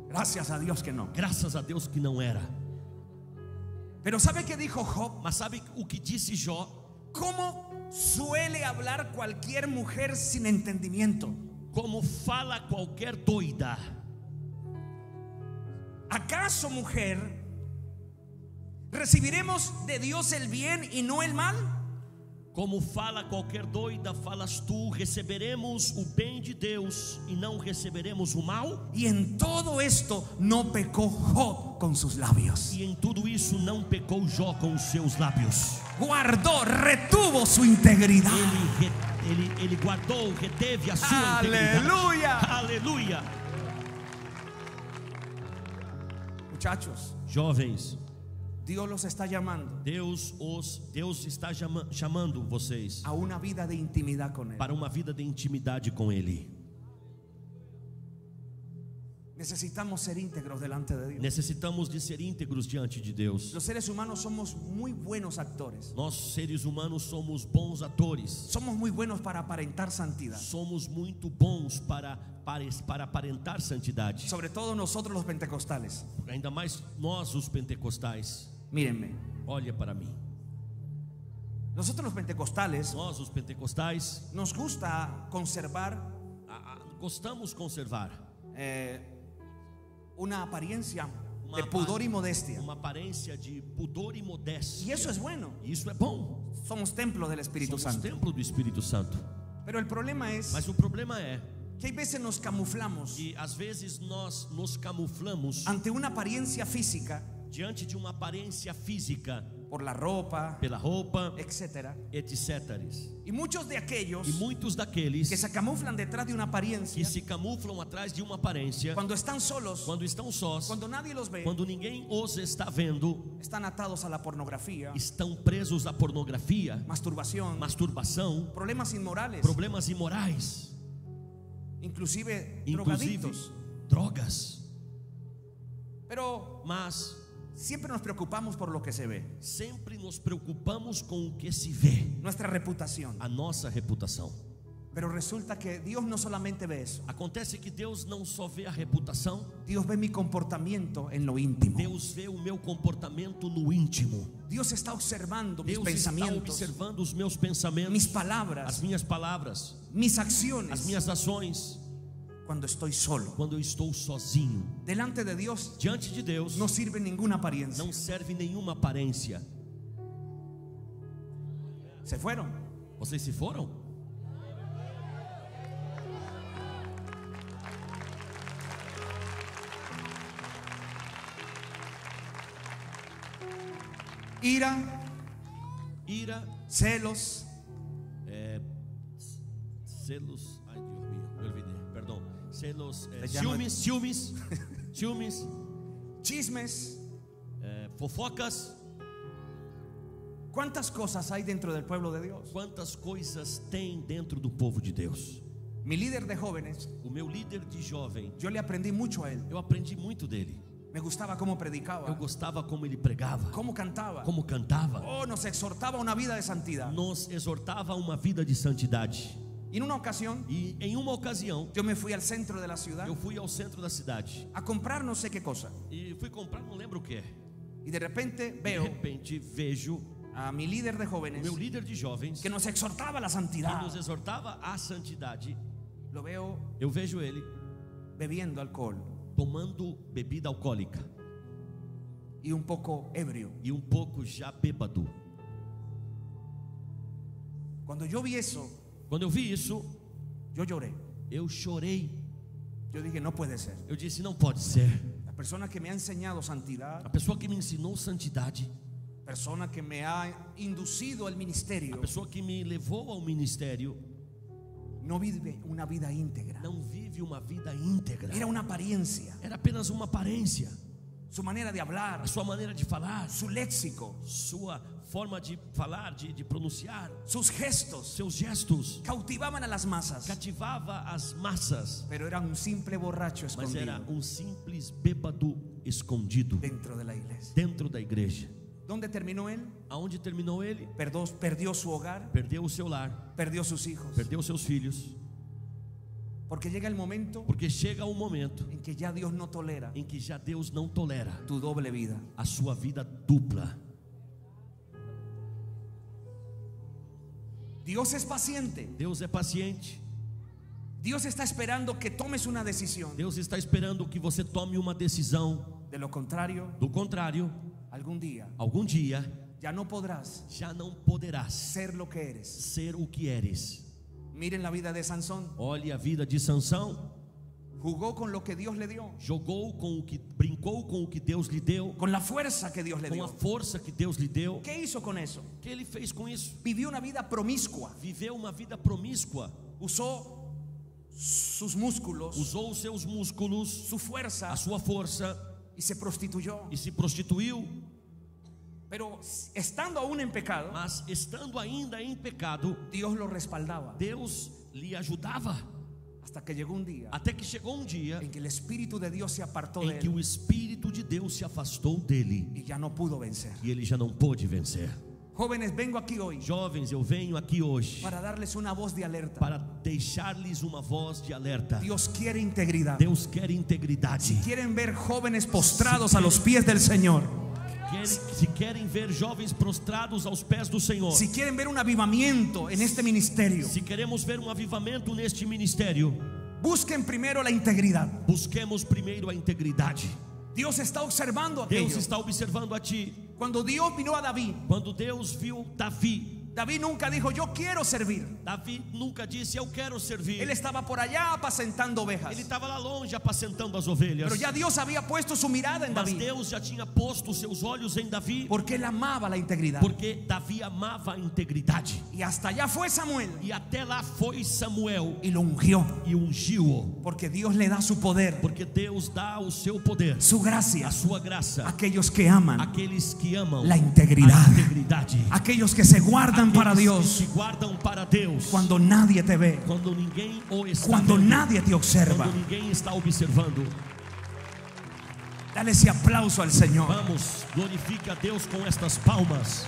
gracias a Dios que no. graças a Deus que não era. Pero ¿sabe qué dijo Job? Mas sabe o que disse Jó? ¿Cómo suele hablar cualquier mujer sin entendimiento? como fala qualquer doida. ¿Acaso, mujer, recibiremos de Dios el bien y no el mal? Como fala qualquer doida, falas tu, receberemos o bem de Deus e não receberemos o mal? Y en todo esto no pecó Job con sus labios. E em tudo isso não pecou Jó com os seus lábios. Guardó, retuvo su integridad. Ele, re- ele, ele guardou, reteve a sua Aleluia! integridade. Aleluia! Muchachos, Jovens, Dios los está llamando Deus os Deus está chama- chamando vocês a una vida de intimidad con Él. para uma vida de intimidade com ele. Necesitamos ser íntegros delante de Dios. Necessitamos de ser íntegros diante de Deus. Los seres humanos somos muy buenos actores. Nós seres humanos somos bons atores. Somos muy buenos para aparentar santidad. Somos muito bons para, para, para aparentar santidade. Sobre todo nosotros los pentecostales. Ainda mais nós, os pentecostais. Mírenme. Olha para mim. Nosotros los pentecostales Nós, os pentecostais, nos gusta conservar a- a- gostamos conservar eh, una apariencia uma de apa- pudor y modestia. Uma aparência de pudor e modéstia. Y eso es bueno. Isso é bom. Somos templo del Espíritu Somos Santo. templo do Espírito Santo. Pero el problema es Mas o problema é que hay veces nos camuflamos que às vezes nós nos camuflamos ante una apariencia física diante de uma aparência física, por la ropa, pela roupa, etcétera. etc. Y muchos de aquellos E muitos daqueles que se camuflan detrás de una que apariencia, se camuflam atrás de uma aparência, cuando están solos, quando estão sós, cuando nadie los ve, quando ninguém os está vendo, están atados a la pornografía, estão presos à pornografia, masturbación, masturbação, problemas inmorales, problemas imorais, inclusive inclusive drogadictos. drogas. Pero Mas siempre nos preocupamos por lo que se ve, sempre nos preocupamos com o que se vê, nuestra reputación. a nossa reputação. Pero resulta que Dios no solamente ve eso, Acontece que Deus não só vê a reputação, Dios ve mi comportamiento en lo íntimo. Deus vê o meu comportamento no íntimo. Deus está observando mis Deus está pensamientos, observando os meus mis pensamentos, as palabras, minhas palavras, mis as acciones minhas ações. cuando estoy solo. quando eu estou sozinho. Delante de Dios Diante de Deus, no sirve ninguna apariencia. não serve nenhuma aparência. Se fueron. Vocês se foram? Ira, Ira, celos, celos. Ai, Deus meu, me olvidei, perdão. Celos, é, Te llamo- ciúmes, ciúmes, ciúmes, chismes. é, fofocas. ¿Cuántas cosas hay dentro del pueblo de Dios? Quantas coisas tem dentro do povo de Deus? Mi líder de jóvenes, O meu líder de jovem, yo le aprendí mucho a él. eu aprendi muito dele. Me gustaba cómo Eu predicaba, gostava como ele pregava, cómo cantaba. como cantava. Oh, nos exhortava a una vida de santidad. Nos exortava a uma vida de santidade. Y en una ocasión, E em uma ocasião, yo me fui al centro de la ciudad eu fui ao centro da cidade. a comprar no sé qué cosa. E fui comprar, não lembro o que. é. De Y de repente [laughs] veo repente vejo a mi líder de o jóvenes meu líder de jovens que que nos exhortaba a la santidad. nos exortava à santidade. Lo veo Eu vejo ele bebiendo alcohol tomando bebida alcoólica y un poco ebrio. e um pouco já bêbado. Cuando yo vi eso, Quando eu vi isso, yo lloré. eu chorei. Yo dije, no puede ser. Eu disse: não pode ser. La persona que me ha enseñado santidad, A pessoa que me ensinou santidade, persona que me ha inducido al a ministerio, pessoa que me levou ao ministério, no vive una vida íntegra. não vive uma vida íntegra. Era um una apariencia, Era apenas uma aparência. su manera de hablar, A sua maneira de falar, su léxico, sua forma de falar, de, de pronunciar, sus gestos, seus gestos. cautivaban a las masas, cativava as massas, pero era un simple borracho mas era escondido um simples bêbado escondido dentro de la iglesia. dentro da igreja. ¿Dónde terminó él? Aonde terminou ele? Perdió, perdió su hogar, Perdeu o seu lar, perdió sus hijos, perdeu os seus filhos, porque llega el momento porque chega um momento en que ya Dios no tolera em que já Deus não tolera tu doble vida. a sua vida dupla. Dios es paciente, Deus é paciente, Dios está esperando que tomes una decisión. Deus está esperando que você tome uma decisão. De lo contrario, Do contrário, algún día algum dia ya no podrás já não poderás ser lo que eres. ser o que eres. Miren la vida de Sansón. Olhe a vida de Sansão, Jugó con lo que Dios le dio, jogou com o que brincou com o que Deus lhe deu, con la fuerza que Dios le com dio. a força que Deus lhe deu. O ¿Qué hizo con eso? que ele fez com isso? Vivió una vida promiscua. Viveu uma vida promíscua, Usó sus músculos, usou os seus músculos, su fuerza a sua força y se prostituyó. e se prostituiu, Pero estando aún en pecado, mas estando ainda em pecado, Dios lo respaldaba. Deus lhe ajudava. Hasta que llegó un día Até que chegou um dia en que el Espíritu de Dios se apartó de em que él o Espírito de Deus se afastou dele y ya no pudo vencer. e ele já não pôde vencer. Jóvenes, vengo aquí hoy Jovens, eu venho aqui hoje para darles una voz de alerta. para deixar-lhes uma voz de alerta. Dios quiere integridad. Deus quer integridade. Quieren ver jóvenes postrados a los pies del Señor. Querem- se querem ver jovens prostrados aos pés do Senhor, Si quieren ver un avivamiento en este ministerio, se queremos ver um avivamento neste ministério, busquen primero la integridad. busquemos primeiro a integridade. Dios está observando Deus aquello. está observando a ti. Cuando Dios vino a David, Quando Deus viu Davi, David nunca dijo, yo quiero servir. Davi nunca disse eu quero servir. Él estaba por allá apacentando ovejas. Ele estava lá longe apacentando as ovelhas. Pero ya Dios había puesto su mirada en Mas David Deus já tinha posto seus olhos em Davi, porque él amaba la integridad. porque Davi amava a integridade. Y hasta allá fue Samuel E até lá foi Samuel y lo ungió e ungiu-o, porque Dios le da su poder, porque Deus dá o seu poder, su gracia a sua graça, a aquellos que aman aqueles que amam la integridad, a integridade, aquellos que se guardan aqueles para que Dios se guardam para Deus, cuando nadie te ve, quando ninguém o está cuando vendo, nadie te observa. quando ninguém está observando. Dale ese aplauso al Señor. Vamos, glorifique a Deus com estas palmas.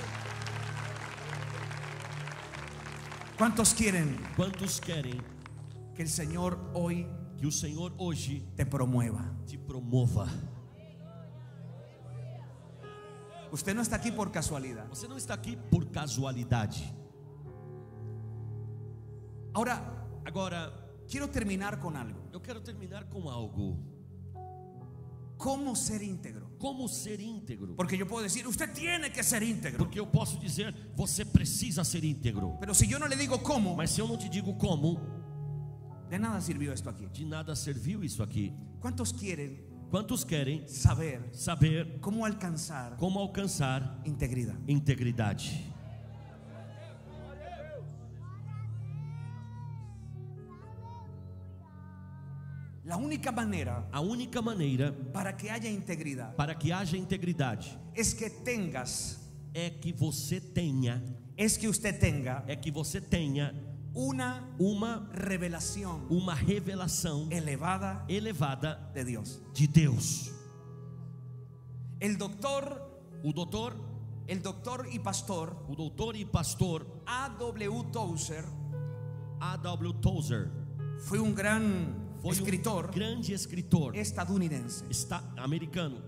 ¿Cuántos quieren Quantos querem que el Señor hoy que o Senhor hoje te promueva? te promova? Usted no está aquí por casualidad. Você não está aqui por casualidade. Ahora, Agora, quiero terminar con algo. eu quero terminar com algo. ¿Cómo ser íntegro? Como ser íntegro? Porque yo puedo decir, usted tiene que ser íntegro. Porque eu posso dizer, você precisa ser íntegro. Pero si yo no le digo cómo, Mas se eu não te digo como, de nada sirvió esto aquí. de nada serviu isso aqui. ¿Cuántos quieren Quantos querem saber saber cómo alcanzar como alcançar integridad? integridade? La única manera A única maneira para que haya integridad para que haja integridade es que tengas, é que você tenha, es que usted tenga é que você tenha una uma revelación uma revelação elevada elevada de Dios. de Deus. El doctor, O doutor, el doctor y pastor o doutor e pastor A.W. Tozer A.W. Tozer fue un gran foi escritor um grande escritor estadounidense. está americano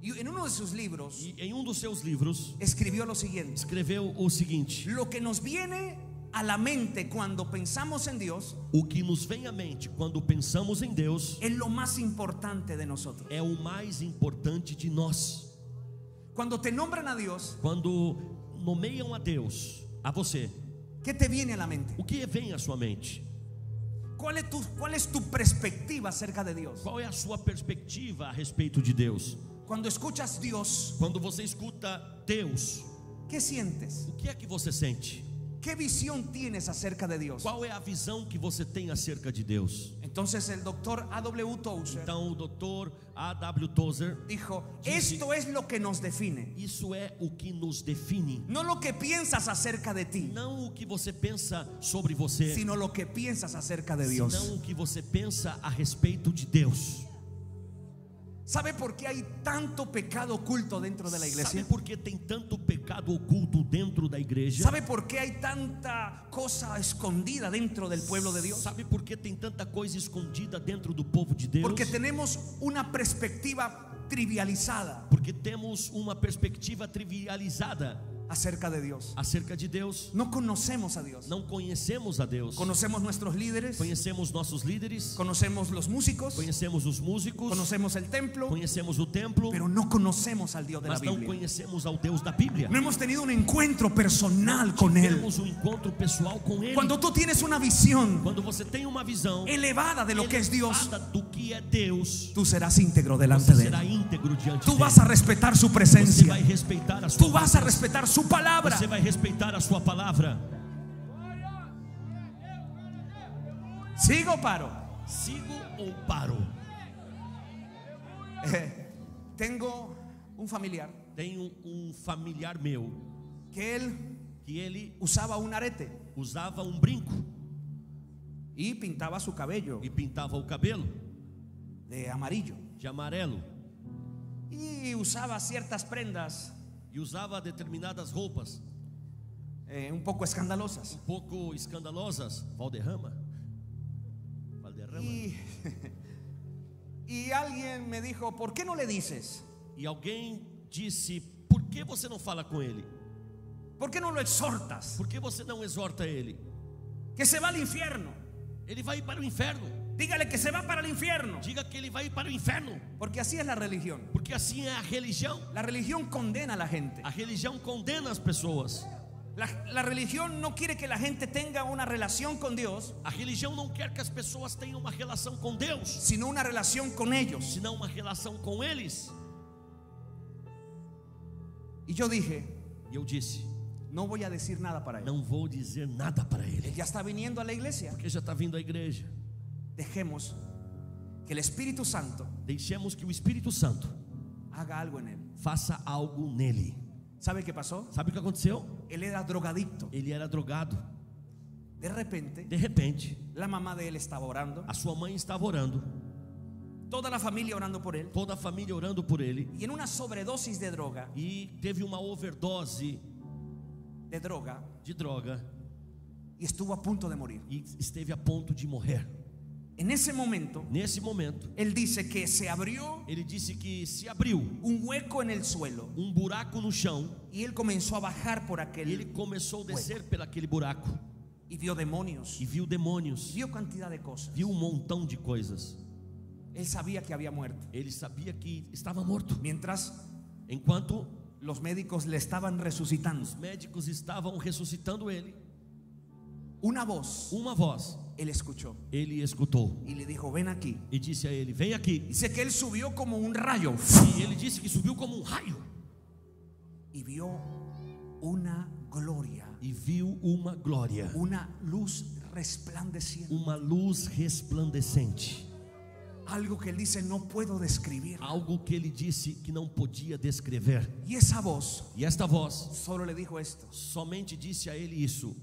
Y en uno de sus libros e em um dos seus livros escribió lo siguiente. escreveu o seguinte: Lo que nos viene a la mente cuando pensamos en Dios o que nos vem à mente quando pensamos em Deus es lo más importante de nosotros. é o mais importante de nós. Cuando te nombran a Dios, Quando nomeiam a Deus, a você, ¿qué te viene a la mente? o que vem à sua mente? ¿Cuál es tu, cuál es tu perspectiva acerca de Dios? Qual é a sua perspectiva a respeito de Deus? Cuando escuchas Dios, Quando você escuta Deus, ¿qué sientes? o que é que você sente? ¿Qué visión tienes acerca de Dios? Qual é a visão que você tem acerca de Deus? Entonces el doctor A.W. Tozer Então, o doutor A.W. Tozer, dijo, Dice- esto es lo que nos define, isso é o que nos define. no lo que piensas acerca de ti, Não o que você pensa sobre você, sino lo que piensas acerca de não Dios. o que você pensa a respeito de Deus. ¿Sabe por qué hay tanto pecado oculto dentro de la Sabe iglesia? por que tem tanto pecado oculto dentro da igreja? ¿Sabe por qué hay tanta cosa escondida dentro del pueblo de Dios? Sabe por que tem tanta coisa escondida dentro do povo de Deus? Porque tenemos una perspectiva trivializada Porque temos uma perspectiva trivializada acerca de Dios. acerca de Deus. No conocemos a Dios. Não conhecemos a Deus. Conocemos nuestros líderes, Conhecemos nossos líderes, conocemos los músicos, conhecemos os músicos, conocemos el templo, conhecemos o templo, pero no conocemos al Dios de la mas não Biblia. conhecemos ao Deus da Bíblia. No hemos tenido un encuentro personal con Él. Temos um encontro pessoal com Ele. Cuando tú tienes una visión Quando você tem uma visão elevada de lo que es Dios, elevada do que é Deus, tú serás íntegro delante você de será Él. íntegro diante Tú dele. vas a respetar su Você vai presencia. respeitar a Pues sua Tú vas a palavra. respetar su palabra. Você vai respeitar a sua palavra. Sigo paro. Sigo ou paro? Eh, tengo un familiar Tenho um familiar meu que él que ele usaba un arete usava um brinco y pintaba su cabello e pintava o cabelo de amarillo de amarelo y usaba ciertas prendas e usava determinadas roupas eh, un poco escandalosas. um pouco escandalosas. Valderrama? Valderrama? né? Y, [laughs] y alguien me dijo, ¿por qué no le dices? E alguém disse: Por que você não fala com ele? ¿Por qué no lo exhortas? Por que você não exorta ele? Que se va al infierno. Ele vai para o inferno. Dígale que se va para el infierno. Diga que ele vai para o inferno. Porque así es la religión. Porque assim é a religião. La religión condena a la gente. A religião condena as pessoas. La, la religión no quiere que la gente tenga una relación con Dios, A religião não quer que as pessoas tenham uma relação com Deus, sino una relación con ellos. senão uma relação com eles. Y yo dije, E eu disse: no voy a decir nada para él. Não vou dizer nada para Él ele, ya está viniendo a la iglesia. porque já está vindo à igreja. Dejemos que el Espíritu Santo Deixemos que o Espírito Santo haga algo en él. faça algo nele. ¿Sabe qué pasó? Sabe o que aconteceu? Él era drogadicto. Ele era drogado. De repente, De repente, la mamá de él estaba orando, a sua mãe estava orando, toda la familia orando por él. toda a família orando por ele, Y en una sobredosis de droga, e teve uma overdose de droga, de droga y estuvo a punto de morir. e esteve a ponto de morrer. En ese momento, Nesse momento, él dice que se abrió ele disse que se abriu un hueco en el suelo um buraco no chão y él comenzó a bajar por e ele aquel começou a descer por aquele buraco y vio demonios, e viu demônios, vio cantidad de cosas. viu um montão de coisas. Él sabía que había muerto. Ele sabia que estava morto. Mientras Enquanto los médicos le estaban resucitando, os médicos estavam ressuscitando ele, una voz uma voz él escuchó ele escutou y le dijo, ven aquí. e disse a ele: Vem aqui. Dice que él subió como un rayo E ele disse que subiu como um raio y vio una gloria, e viu uma glória, una luz resplandeciente. uma luz resplandecente, Algo que él dice, no puedo describir. algo que ele disse que não podia descrever. Y esa voz E esta voz solo le dijo esto, somente disse a ele isso: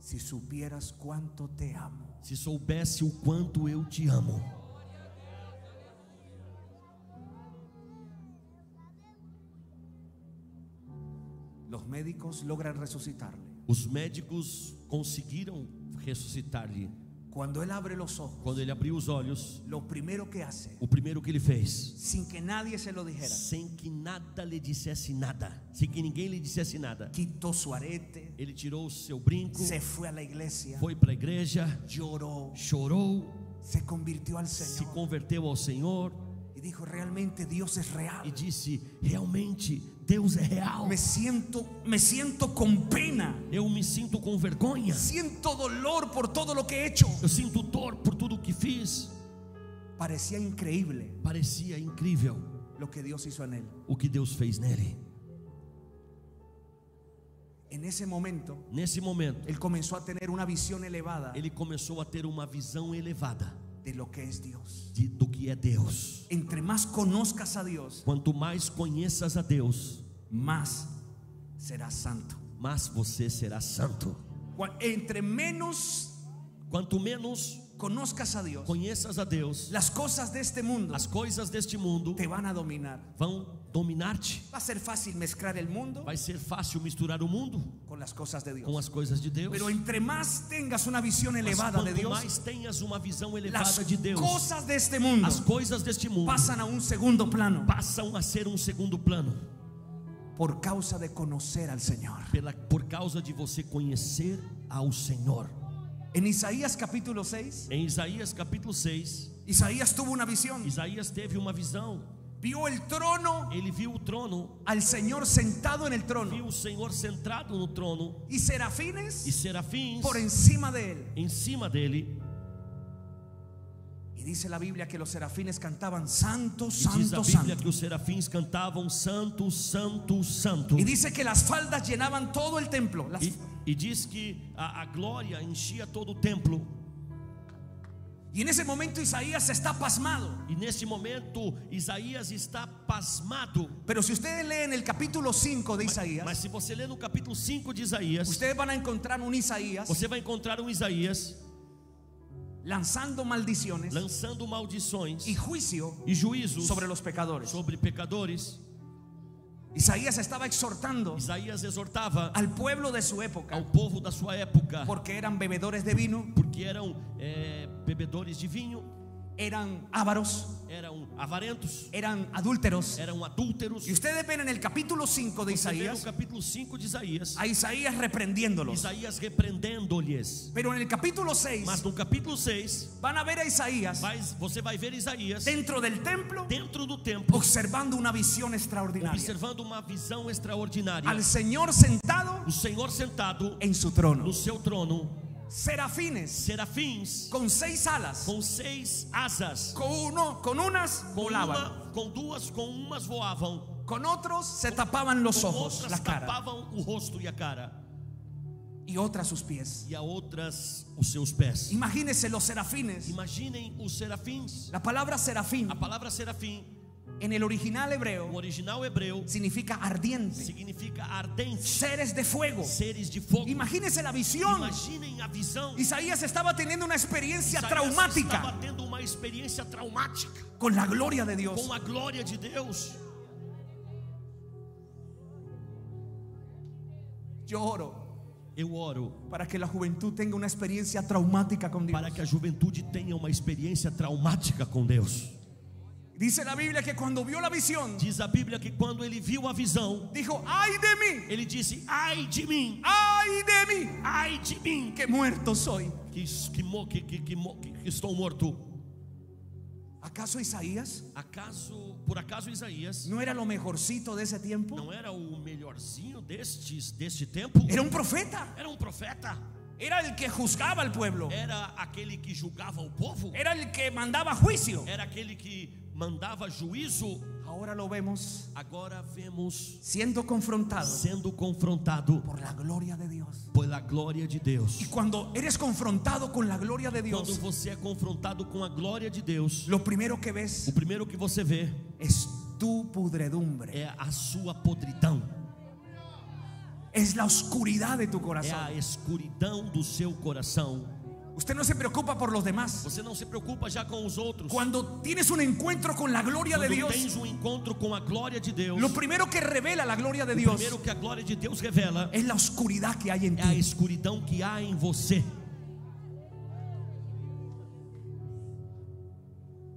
si supieras cuánto te amo. Se soubesse o quanto eu te amo. Los médicos logran resucitarle. Os médicos conseguiram ressuscitar-lhe. Cuando él abre los ojos, Quando ele abriu os olhos, lo primero que hace, o primeiro que ele fez, sin que nadie se lo dijera, sem que nada lhe dissesse nada, sem que ninguém lhe dissesse nada, quitó su arete, ele tirou o seu brinco, se fue a la iglesia, foi para a igreja, lloró, chorou, se convirtió al se Señor converteu ao Senhor y dijo, realmente Dios es e real. disse: Realmente, Deus é real. Me siento, me siento con pena, Eu me sinto com vergonha, siento dolor por todo lo que he hecho. eu sinto dor por tudo que fiz. Parecía increíble Parecia incrível lo que Dios hizo en él. o que Deus fez nele. En ese momento, Nesse momento, él comenzó a tener una visión elevada ele começou a ter uma visão elevada de lo que es Dios. de- do que é Deus. Entre más conozcas a Dios, Quanto mais conheças a Deus, más serás santo. mais você será santo. Cua- Entre menos Quanto menos conozcas a Dios, conheças a Deus, las cosas de este mundo as coisas deste mundo te van a dominar. vão dominar-te. Va a ser fácil mezclar el mundo Vai ser fácil misturar o mundo con las cosas de com Dios. as coisas de Deus. Pero entre más tengas una visión Mas elevada quanto de Dios, mais tenhas uma visão elevada las de Deus, cosas de este mundo as coisas deste mundo pasan a un segundo plano. passam a ser um segundo plano. por causa de conocer al Señor. pela, por causa de você conhecer ao Senhor. En Isaías capítulo 6, Em Isaías capítulo 6, Isaías tuvo una visión. Isaías teve uma visão. Vio el trono, Ele viu o trono, al Señor sentado en el trono viu o Senhor sentado no trono y serafines e serafins por encima de él. em cima dele. Y dice la Biblia que los serafines cantaban santo, E diz santo, a Bíblia santo. que os serafins cantavam santo, santo, santo. Y dice que las faldas llenaban todo el templo. Las- E, e diz que a, a glória enchia todo o templo. y en ese momento Isaías está pasmado. E neste momento Isaías está pasmado. Pero si ustedes leen el capítulo 5 de Mas Isaías, se você ler no capítulo 5 de Isaías, ustedes van a encontrar un Isaías você vai encontrar um Isaías lanzando maldiciones lançando maldições y juicio e juízos sobre los pecadores. sobre pecadores. Isaías estaba exhortando Isaías exortava al pueblo de su época ao povo da sua época, porque eran bebedores de vino, porque eram eh, bebedores de vinho, eran ávaros, eram avarentos, eran adúlteros. eram adúlteros. Y ustedes ven en el capítulo 5 de Você vê no Isaías capítulo 5 de Isaías, a Isaías reprendiéndolos. Isaías repreendendo-lhes. Pero en el capítulo Mas 6 no capítulo 6, van a ver a Isaías você vai ver Isaías dentro del templo dentro do templo, observando una visión extraordinaria. observando uma visão extraordinária. Al Señor sentado O Senhor sentado en su no trono. seu trono, Serafines serafins con seis alas, com seis asas. con uno, con unas com, volaban, uma- com duas, com umas voavam, con otros se tapaban los com ojos, outras la cara, tapavam o rosto e a cara, y otras sus pies. e a outras os seus pés. Imagínense los serafines. Imaginem os serafins. La palabra serafín A palavra serafim, en el original no hebreo original hebreu, significa ardiente, significa ardente, seres de fuego. seres de fogo. Imagínense la visión. Imaginem a visão. Isaías estaba teniendo una experiencia Isaías é traumática estava tendo uma experiência traumática con la gloria de Dios. com a glória de Deus. Yo oro Eu oro para que la juventud tenga una experiencia traumática con Dios. para que a juventude tenha uma experiência traumática com Deus. Dice la Biblia que cuando vio la visión, Diz a Bíblia que quando ele viu a visão, dijo, ay de mí, Ele disse: Ai de mí, ay de mí, ai de mim, que muerto soy. que, que, mo- que, que, que, mo- que estou morto. ¿Acaso Isaías Acaso, por acaso Isaías no era lo mejorcito de ese tiempo? não era o melhorzinho destes, deste tempo? Era un profeta, Era um profeta, era el que juzgaba al pueblo, era aquele que julgava o povo, era el que mandaba juicio. era aquele que mandava juízo. Ahora lo vemos Agora vemos siendo confrontado sendo confrontado por la gloria de Dios. pela glória de Y Deus. cuando eres confrontado con la gloria de Quando Dios, você é confrontado com a glória de Deus, lo primero que o ves primeiro que você vê es tu pudredumbre, é a sua podridão. es la oscuridad de tu é corazón. a escuridão do seu coração. Usted no se preocupa por los demás. Você não se preocupa já com os outros. Cuando tienes un encuentro con la gloria de Quando Dios, tens um encontro com a glória de Deus, lo primero que revela la gloria de o Dios primeiro que a glória de Deus revela es la oscuridad que hay en é a ti. escuridão que há em você.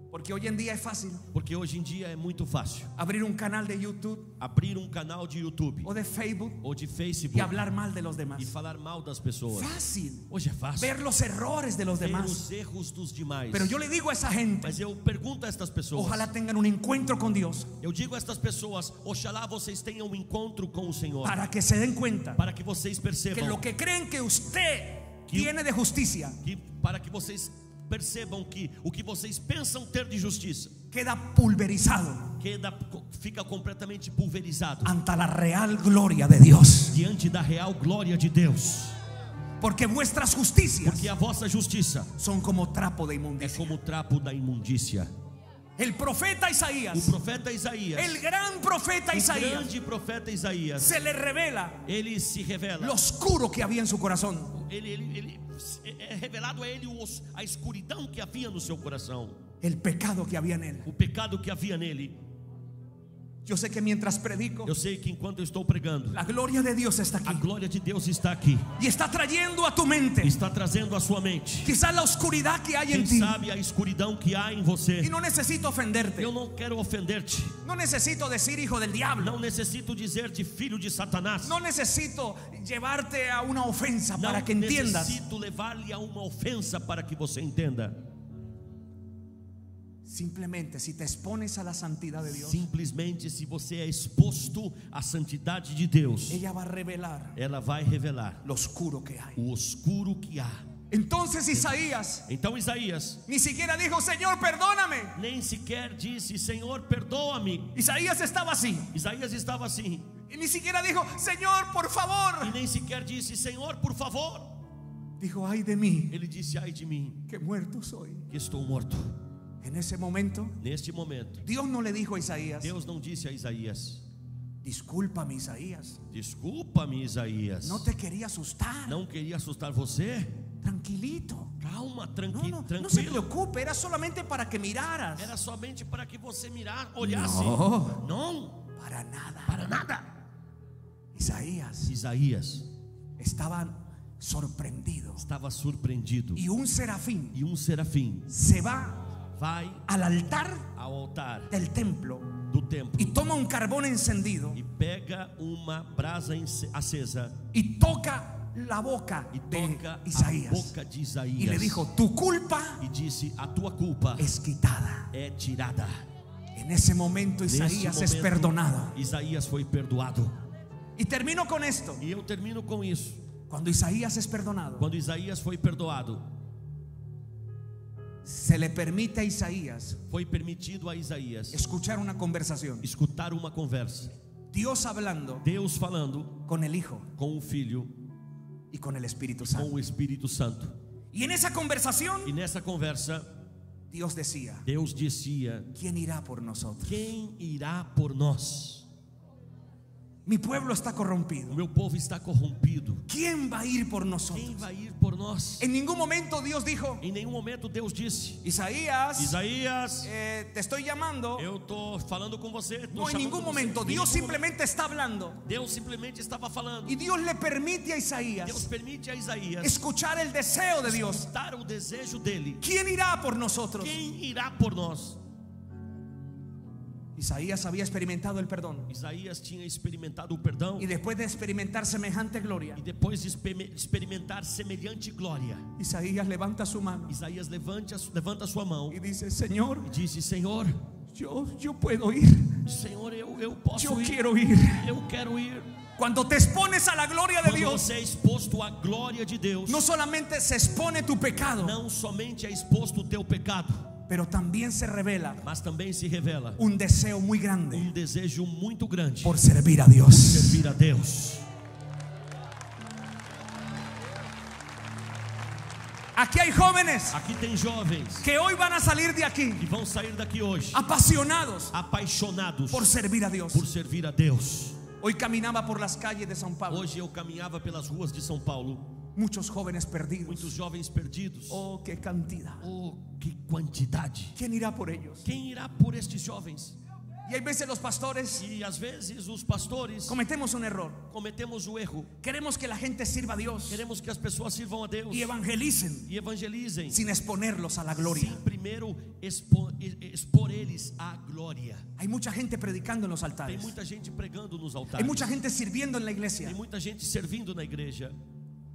Porque hoy en día es fácil Porque hoje em dia é muito fácil abrir un canal de YouTube abrir um canal de YouTube o de Facebook ou de y Facebook hablar mal de los demás. e falar mal das pessoas. Fácil Hoje é fácil ver los errores de los ver demás. os erros dos demais. Pero yo le digo a esa gente, Mas eu pergunto a estas pessoas, ojalá tengan un encuentro con Dios eu digo a estas pessoas, oxalá vocês tenham um encontro com o Senhor, para que se den cuenta para que vocês que percebam lo que creen que usted Que- tiene de justicia que, para que vocês percebam que o que vocês pensam ter de justiça queda pulverizado queda, fica completamente pulverizado ante la real gloria de Dios. diante da real glória de Deus, Porque vuestras justicias que a vossa justiça son como trapo de é inmundicia. como o trapo da imundícia. El profeta O Isaías, profeta Isaías, el gran profeta o é Isaías, grande profeta Isaías, se le revela ele se revela. lo oscuro que había en su corazón. Ele, ele, ele- é revelado a ele os- a escuridão que havia no seu coração, el pecado que había en él. o pecado que havia nele. Yo sé que mientras predico, Eu sei que enquanto eu estou pregando, la gloria de Dios está a aquí glória de Deus está aqui. y está trayendo a tu mente Está trazendo à sua mente. quizás la oscuridad que hay en Quem ti. sabe a escuridão que há em Y você. no necesito ofenderte. Eu não quero ofender-te. No necesito decir hijo del diablo. Não necessito dizer-te filho de Satanás. No necesito llevarte a una ofensa Não para que entiendas, necessito levar-lhe a uma ofensa para que você entenda. simplemente si te expones a la santidad de Dios, Simplesmente, se você é exposto à santidade de Deus, ella va a revelar ela vai revelar lo oscuro que hay. o oscuro que há. Entonces Isaías Então, Isaías ni siquiera dijo, Señor, perdóname. nem sequer disse: Senhor, perdoa-me. Isaías estaba así. Isaías estava assim. Y ni siquiera dijo, Señor, por E favor. nem sequer disse: Senhor, por favor. Dijo, ay de mí, Ele disse: Ai de mim, que muerto soy. que estou morto. En ese momento, Neste momento, Dios no le dijo a Isaías, Deus não disse a Isaías: discúlpame Isaías, Desculpa-me, Isaías. no te quería asustar. Não queria assustar você. Tranquilito. Calma, No, tranqui no, no se tranquilo. preocupe, era solamente para que miraras. Era somente para que você mirar, olhasse. Não. Não, Para nada. para nada. Isaías Isaías estaba sorprendido. estava surpreendido. Y un serafín E um serafim se va vai al altar ao altar del templo do templo y toma un carbón encendido e pega uma brasa ence- acesa y toca la boca e de toca a Isaías. boca de Y le Isaías. dijo, tu culpa e disse: A tua culpa es quitada. é tirada. En ese momento Nesse Isaías es momento, perdonado. Isaías foi perdoado. Y termino con esto. E eu termino com isso. Cuando Isaías es perdonado, Quando Isaías foi perdoado, se le permite a Isaías foi permitido a Isaías escuchar una conversación. escutar uma conversa. Dios hablando Deus falando con el Hijo com o Filho, y con el Espíritu com Santo. o Espírito Santo. Y en esa E conversación nessa conversa, Dios decía, Deus dizia: ¿quién irá por nosotros? Quem irá por nós? Mi pueblo está O corrompido. meu povo está corrompido. ¿Quién va a ir por Quem nosotros? vai ir por nós? En ningún momento Dios dijo, Em nenhum momento Deus disse: Isaías, Isaías, eh, te estoy llamando. eu tô falando com você. tô No, en chamando ningún você. momento. Em Dios nenhum simplemente está hablando. Deus simplesmente estava falando. Y Dios le permite a Deus Isaías permite a Isaías escuchar el deseo de Dios. dar o desejo dele. ¿Quién irá por nosotros? Quem irá por nós? Isaías había experimentado el perdón. Isaías tinha experimentado o perdão Y después de experimentar semejante gloria, e depois de exper- experimentar semelhante glória, Isaías levanta su mano Isaías levante a su- levanta a sua mão y dice, Señor, e disse: Senhor, yo, yo puedo ir. Senhor, eu, eu posso Yo ir. quiero ir. Eu quero ir. Cuando te expones a la gloria de Quando Dios, você é exposto à glória de Deus, no solamente se expone tu pecado, não somente é exposto o teu pecado, pero también se revela mas também se revela un deseo muy grande um desejo muito grande por servir a Dios. servir a Deus. Aquí hay jóvenes Aqui tem jovens que hoy van a salir de aquí que vão sair daqui hoje apasionados apaixonados por servir a Dios. por servir a Deus. Hoy caminaba por las calles de San Pablo, Hoje eu caminhava pelas ruas de São Paulo, muchos jóvenes perdidos. muitos jovens perdidos. Oh, Oh, qué cantidad. que quantidade! ¿Quién irá por ellos? Quem irá por estes jovens? Y hay veces los pastores E às vezes os pastores cometemos un error. cometemos o erro. Queremos que la gente sirva a Dios Queremos que as pessoas sirvam a Deus y evangelicen e evangelizem sin exponerlos a la gloria. sem primeiro expo- e- expor eles à glória. Hay mucha gente predicando en los Tem altares. muita gente pregando nos Hay altares. mucha gente sirviendo en la Tem iglesia, muita gente servindo na igreja,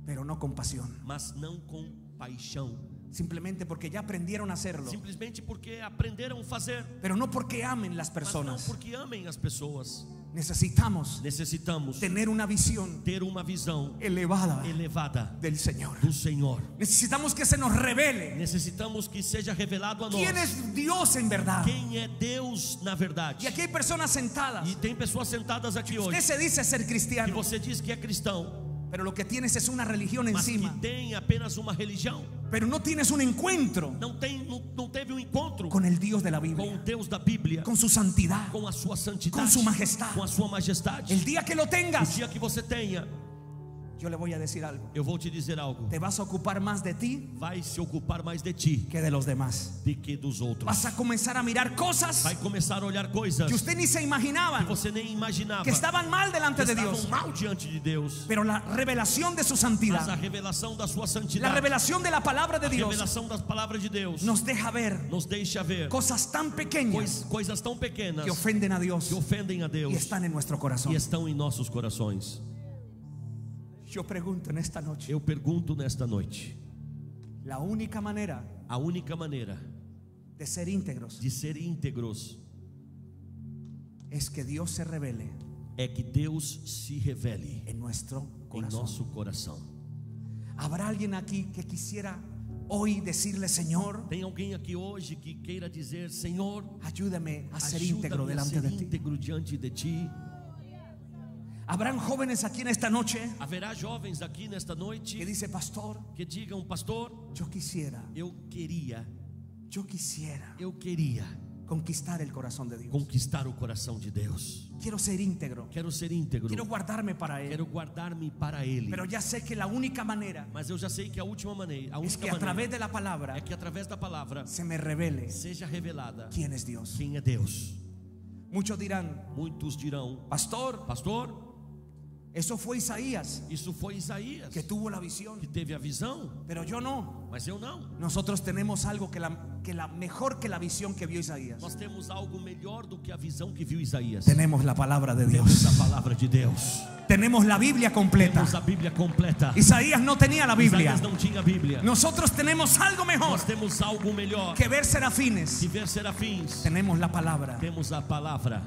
pero no con pasión. mas não com paixão. Simplemente porque ya aprendieron a hacerlo, simplesmente porque aprenderam a fazer, pero no porque amen las mas não personas. porque amem as pessoas. Necesitamos Necessitamos tener una visión ter uma visão elevada elevada del Señor. do Senhor. Necesitamos que se nos revele Necessitamos que seja revelado a nós quién es Dios en verdad. quem é Deus na verdade. Y aquí hay personas E sentadas. tem pessoas sentadas aqui Usted hoje se dice ser que cristiano, você diz que é cristão, pero lo que tienes es una religión mas encima. que tem apenas uma religião. Pero no tienes un encuentro Não tem, não, não teve um encontro con el Dios de la com o Biblia, Deus da Bíblia, con su santidad. com a sua santidade, Com sua majestade. com a sua majestade. El día que lo O tengas, dia que você tenha, Yo le voy a decir algo. Eu vou te dizer algo. Te vas a ocupar más de ti Vai se ocupar mais de ti que de los demás. do que dos outros. Vas a comenzar a mirar cosas Vai começar a olhar coisas que usted ni se imaginaba, que você nem imaginava. que estaban mal delante de estavam Dios. mal diante de Deus. Pero la revelación de su Mas a santidad, revelação da sua la santidade, revelación de la palabra de a Dios, revelação das palavras de Deus, nos deja ver nos deixa ver cosas tan pequeñas cois- coisas tão pequenas que ofenden a Dios que ofendem a Deus y están en nuestro e corazón. estão em nossos corações. Yo pregunto en esta noche, Eu pergunto nesta noite: la única manera a única maneira de ser íntegros de ser íntegros es que Dios se revele é que Deus se revele en nuestro em corazón. nosso coração. ¿Habrá alguien aquí que quisiera hoy decirle, Señor, Tem alguém aqui hoje que queira dizer: Senhor, ayúdame a ser íntegro ajuda-me a delante ser de ti? íntegro diante de ti. ¿Habrán jóvenes aquí en esta noche Haverá jovens aqui nesta que noite dice, Pastor, que digam: Pastor, yo quisiera, eu queria, yo quisiera eu queria conquistar el corazón de Dios? conquistar o coração de Deus. Quiero ser íntegro, Quero ser íntegro. quiero guardarme para Él, Quero guardar-me para Ele. pero ya sé que la única manera Mas eu já sei que a última maneira, a es única que a maneira través de la palabra é que através da palavra se me revele seja revelada quién es Dios. quem é Deus. Muchos dirán, Muitos dirão, Pastor, pastor, eso fue Isaías isso foi Isaías que tuvo la que visión, teve a visão, pero yo no. mas eu não. Nosotros tenemos algo que la, que la mejor que la visión que vio Isaías. Nós temos algo melhor do que a visão que viu Isaías. Tenemos la palabra de Temos a Dios. palavra de Deus. Tenemos la Biblia completa. é Temos a Bíblia completa. Isaías no tenía la Biblia. Isaías não tinha a Bíblia. Nosotros tenemos algo mejor Nós temos algo melhor. que ver serafines. Se ver serafins, Tenemos la palabra. temos a palavra.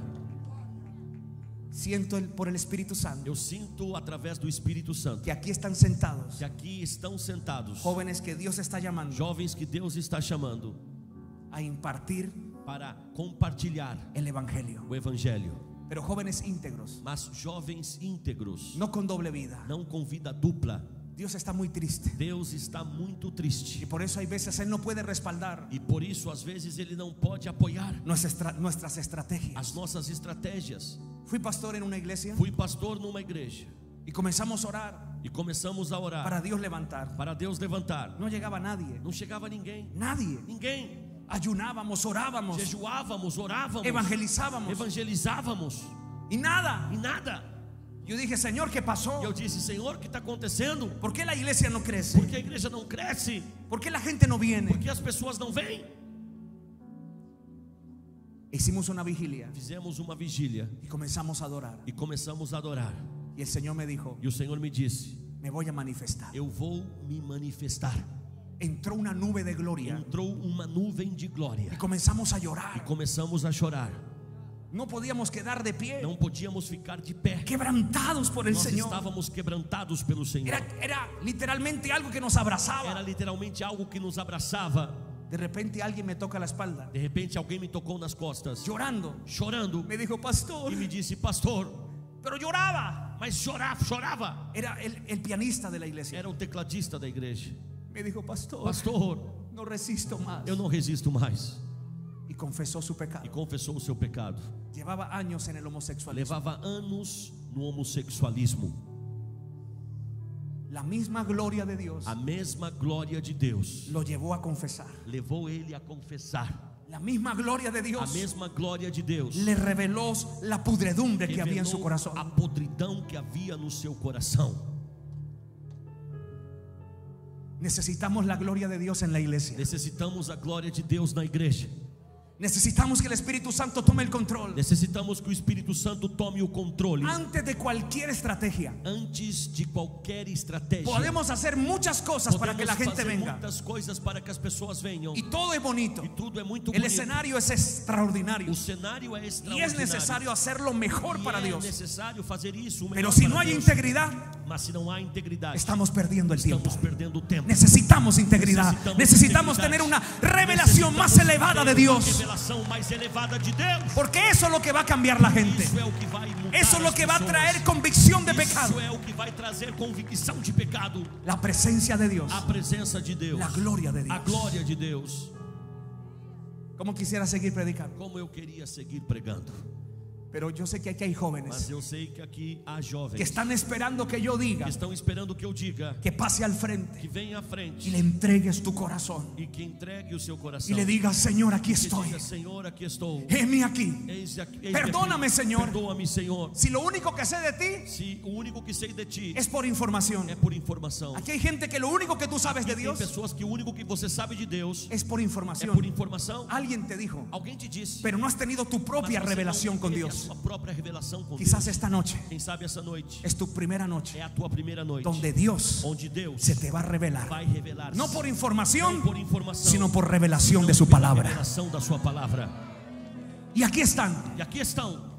Siento el- por el Espíritu Santo Eu sinto através do Espírito Santo que aquí están sentados que aqui estão sentados jóvenes que Dios está llamando jovens que Deus está chamando a impartir para compartilhar el Evangelio. o Evangelho. Pero jóvenes íntegros, Mas jovens íntegros, no con doble vida. não com vida dupla. Dios está muy triste. Deus está muito Y triste por eso hay veces Él no puede respaldar e por isso às vezes ele não pode apoiar nuestra- nuestras estrategias. as nossas estratégias. Fui pastor en una iglesia Fui pastor numa igreja y comenzamos a orar e começamos a orar para Dios levantar. para Deus levantar. No llegaba nadie, Não chegava ninguém. nadie. Ninguém. Ayunábamos, orábamos, Jejuávamos, orávamos, evangelizábamos evangelizávamos y nada. e nada. Yo dije, Señor, ¿qué pasó? E eu disse, Senhor, o que está acontecendo? ¿Por qué la iglesia no crece? Porque a igreja não cresce, ¿Por qué la gente no viene? porque as pessoas não vêm. Hicimos una vigilia Fizemos uma vigília y comenzamos a adorar. e começamos a adorar. Y el Señor me dijo, E o Senhor me disse: me voy a manifestar. Eu vou me manifestar. Entró una nube de gloria Entrou uma nuvem de glória y comenzamos a e llorar. começamos a chorar. No podíamos quedar de pie, Não podíamos ficar de pé. quebrantados por el Nós Señor. estávamos quebrantados pelo Senhor. Era, era literalmente algo que nos abrazaba. Era literalmente algo que nos abraçava. De repente alguien me toca la espalda, De repente alguém me tocou nas costas, llorando. chorando, Me dijo, e pastor, me disse: Pastor, pero llorava. mas chorava, chorava. Era el, el pianista de la iglesia. Era o tecladista da igreja. Me dijo, pastor, Pastor, no resisto más. Eu não resisto mais. Y confesó su E pecado. confessou o seu pecado. Llevaba años en el homosexualismo. Levava anos no homossexualismo. La misma gloria de Dios A mesma glória de Deus lo llevó a confesar. levou ele a confessar. La misma gloria de A Dios mesma glória de Deus le reveló la pudredumbre que había en su revelou corazón. a podridão que havia no seu coração. Necesitamos la gloria de Dios en la iglesia. Necessitamos a glória de Deus na igreja. Necesitamos que el Espíritu Santo tome el control. Necessitamos que o Espírito Santo tome o controle Antes de cualquier estrategia. antes de qualquer estratégia. Podemos hacer muchas cosas para que la gente fazer venga. muitas coisas para que as pessoas venham. Y todo es bonito. E tudo é muito El bonito. escenario es extraordinario. O cenário é Y es extraordinário. necesario hacerlo mejor E para é Dios. necessário fazer isso. o Pero melhor si para no hay Deus. integridad, mas se não há integridade, estamos perdiendo el tiempo. estamos perdendo tempo. Necesitamos integridad. Necesitamos Necesitamos integridade. tener una revelación más Necesitamos elevada de ter uma Dios. Revelação mais elevada de Deus. Porque eso es lo que va a cambiar la gente. Isso é o que vai mudar Eso es lo as que va a pessoas. traer convicción de pecado. Isso é o que vai trazer convicção de pecado. La presencia de Dios. A presença de Deus. La gloria de A Dios. glória de Deus. Como quisiera seguir predicando. Como eu queria seguir pregando. Pero yo sé que aquí hay Mas jóvenes eu sei que aqui há que jovens están esperando que yo diga que estão esperando que eu diga que pase al que frente venha à y frente le entregues tu corazón e que entregue o seu y coração. le diga, Señor, aquí Que estoy. diga, Senhor, aqui estou. Heme aquí. Eis aqui, eis-me Perdóname, aqui. Senhor. Perdoa-me, Senhor. Si lo único que sé de ti Se o único que sei de ti es por información. é por informação. Aquí hay gente que lo único que tú sabes de Tem Dios pessoas que o único que você sabe de Deus es Ah, por é por información. informação. Alguien te dijo, Alguém te disse. pero no has tenido tu mas você propia não revelación con teve a Dios. sua própria revelação com Quizás Deus. esta noche Quem sabe essa noite es tu primera noche é a tua primeira noite donde Dios onde Deus se te va a revelar. vai revelar No por información, por informação, sino por revelación não de su pela palabra. revelação da sua palavra. Y aquí están. E aqui estão.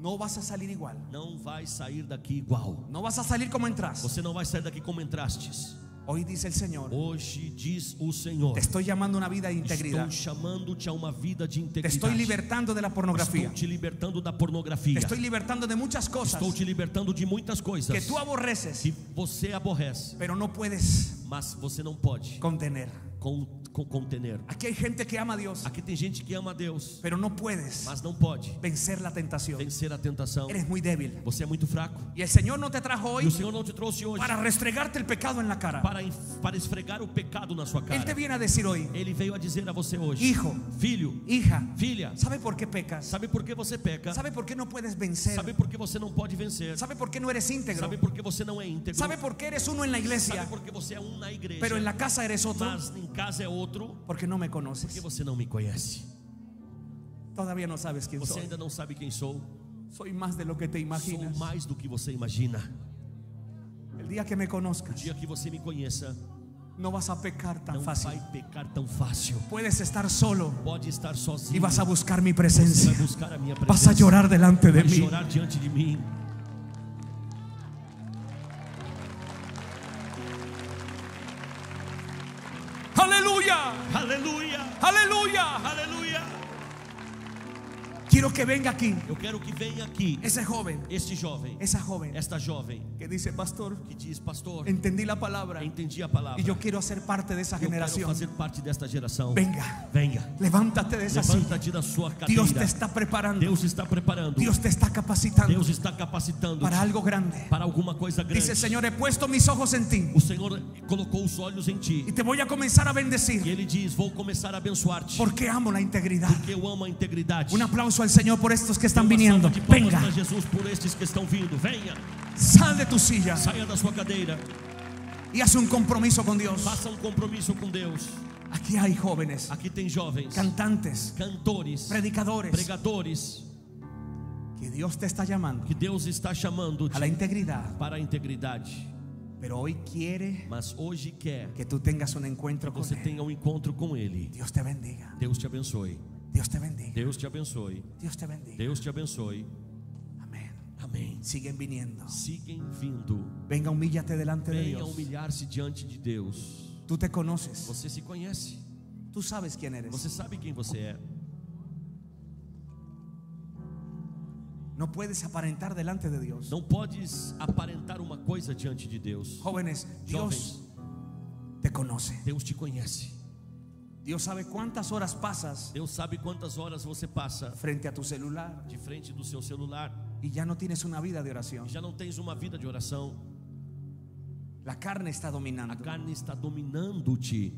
No vas a salir igual. Não vai sair daqui igual. No vas a salir como entras. Você não vai sair daqui como entrastes. Hoy dice el Señor, Hoje diz o Senhor: te estoy llamando a una vida de integridad. Estou chamando-te a uma vida de Te integridade. estoy libertando de la pornografía. Estou te libertando da pornografia. Te estoy libertando de muchas cosas Estou te libertando de muitas coisas que tú aborreces, que você aborrece, pero no puedes mas você não pode contener. con- con- contener. Aquí hay gente que ama a Dios, Aqui tem gente que ama a Deus, pero no puedes mas não pode vencer la tentación. vencer a tentação. Eres muy débil. Você é muito fraco. Y el Señor no te trajo E o hoy Senhor não te trouxe hoje para restregarte el pecado en la cara. para, enf- para esfregar o pecado na sua Él te cara. viene a decir hoy, Ele veio a dizer a você hoje: hijo, Filho, hija, filha, ¿sabe por qué pecas? sabe por que você peca? ¿Sabe por qué no puedes Sabe vencer? por que você não pode vencer? ¿Sabe por qué no eres íntegro? Sabe por que você não é íntegro? ¿Sabe por qué eres uno en la Sabe iglesia, por que você é um na igreja, pero en la casa eres otro? mas em casa é outro? Porque no me Porque conoces. você não me conhece. Todavía no sabes quién Você soy. ainda não sabe quem sou. Soy más de lo que te Sou imaginas. mais do que você imagina. El día que me O conozcas, dia que você me conheça, no vas a pecar não tan Tá fácil. vai pecar tão fácil. Puedes estar solo Pode estar sozinho. y vas a buscar mi Vai presencia. buscar a minha presença. Vas a llorar delante de Vai mí. chorar diante de mim. Aleluya, Aleluia! aleluya. Aleluia! Quiero que venga aquí Eu quero que venha aqui ese joven, este jovem, esa joven esta jovem que dice, pastor, que diz, pastor, entendí la palabra y entendi a palavra. yo quiero ser parte de esa Eu quero generación. fazer parte desta geração. Venga, Venha. assim. levántate de esa silla. Levanta-te da sua cadeira. Dios te está preparando. Deus está preparando. Dios te está capacitando Deus está capacitando para algo grande. para é alguma coisa grande. Dice, Señor, he puesto mis ojos en ti O Senhor colocou os olhos em ti y te voy a comenzar a e bendecir ele diz: "Vou começar a abençoar-te, porque amo la integridad. porque eu amo a integridade." Un aplauso al Señor por estos que están Uma viniendo. salva de palmas Venga, pra Jesus por estes que estão vindo. Venha, sal de tu silla saia da sua cadeira, y haz un compromiso con Dios. faça um compromisso com Deus. Aquí hay jóvenes, Aqui tem jovens, cantantes, cantores, predicadores pregadores que Dios te está llamando que Deus está chamando a la integridad, para a integridade, pero hoy quiere mas hoje quer que que tú tengas un encuentro con você Él. tenha um encontro com ele. Dios te bendiga, Deus te abençoe. Dios te bendiga, Deus te abençoe. Dios te bendiga. Deus te abençoe. Amén. Amém. Siguen viniendo. Sigam vindo. Venga, humíllate delante de Venha Dios. humilhar-se diante de Deus. Tú te conoces, Você se conhece. tú sabes quién eres. Você sabe quem você é. No puedes aparentar delante de Dios. Não podes aparentar uma coisa diante de Deus. Jóvenes, Dios te conoce. Deus te conhece. Dios sabe cuántas horas pasas Deus sabe quantas horas você passa frente a tu celular de frente do seu celular y ya no tienes una vida de e oración. já não tens uma vida de oração. La carne está A dominando. carne está dominando-te.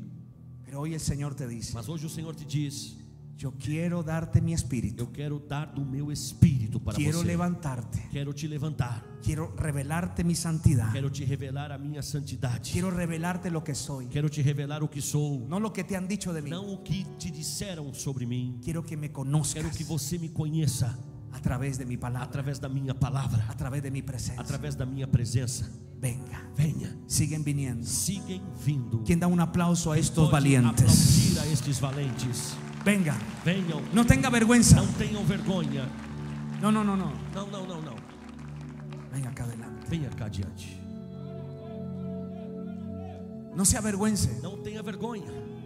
Pero hoy el Señor te dice, Mas hoje o Senhor te diz: yo quiero darte mi espíritu. Eu quero dar do meu espírito para Quiero você. levantarte. Quero te levantar. Quiero revelarte mi santidad. Quero te revelar a minha santidade. Quiero revelarte lo que soy. Quero te revelar o que sou. No lo que te han dicho de mí. Não o que te disseram sobre mim. Quiero que me Quero conozcas que você me conheça a través de mi palabra, através da minha palavra, a través de mi presencia. através da minha presença. Venga, Venha, siguen viniendo. sigam vindo. Quien da un aplauso a estos Pode valientes? aplaudir a estes valentes. Venga, Venham, no tenga vergüenza. não tenham vergonha. No, no, no, no. Não, não, não, não. Venga acá adelante. Venha cá adiante. No se avergüence. Não tenha vergonha.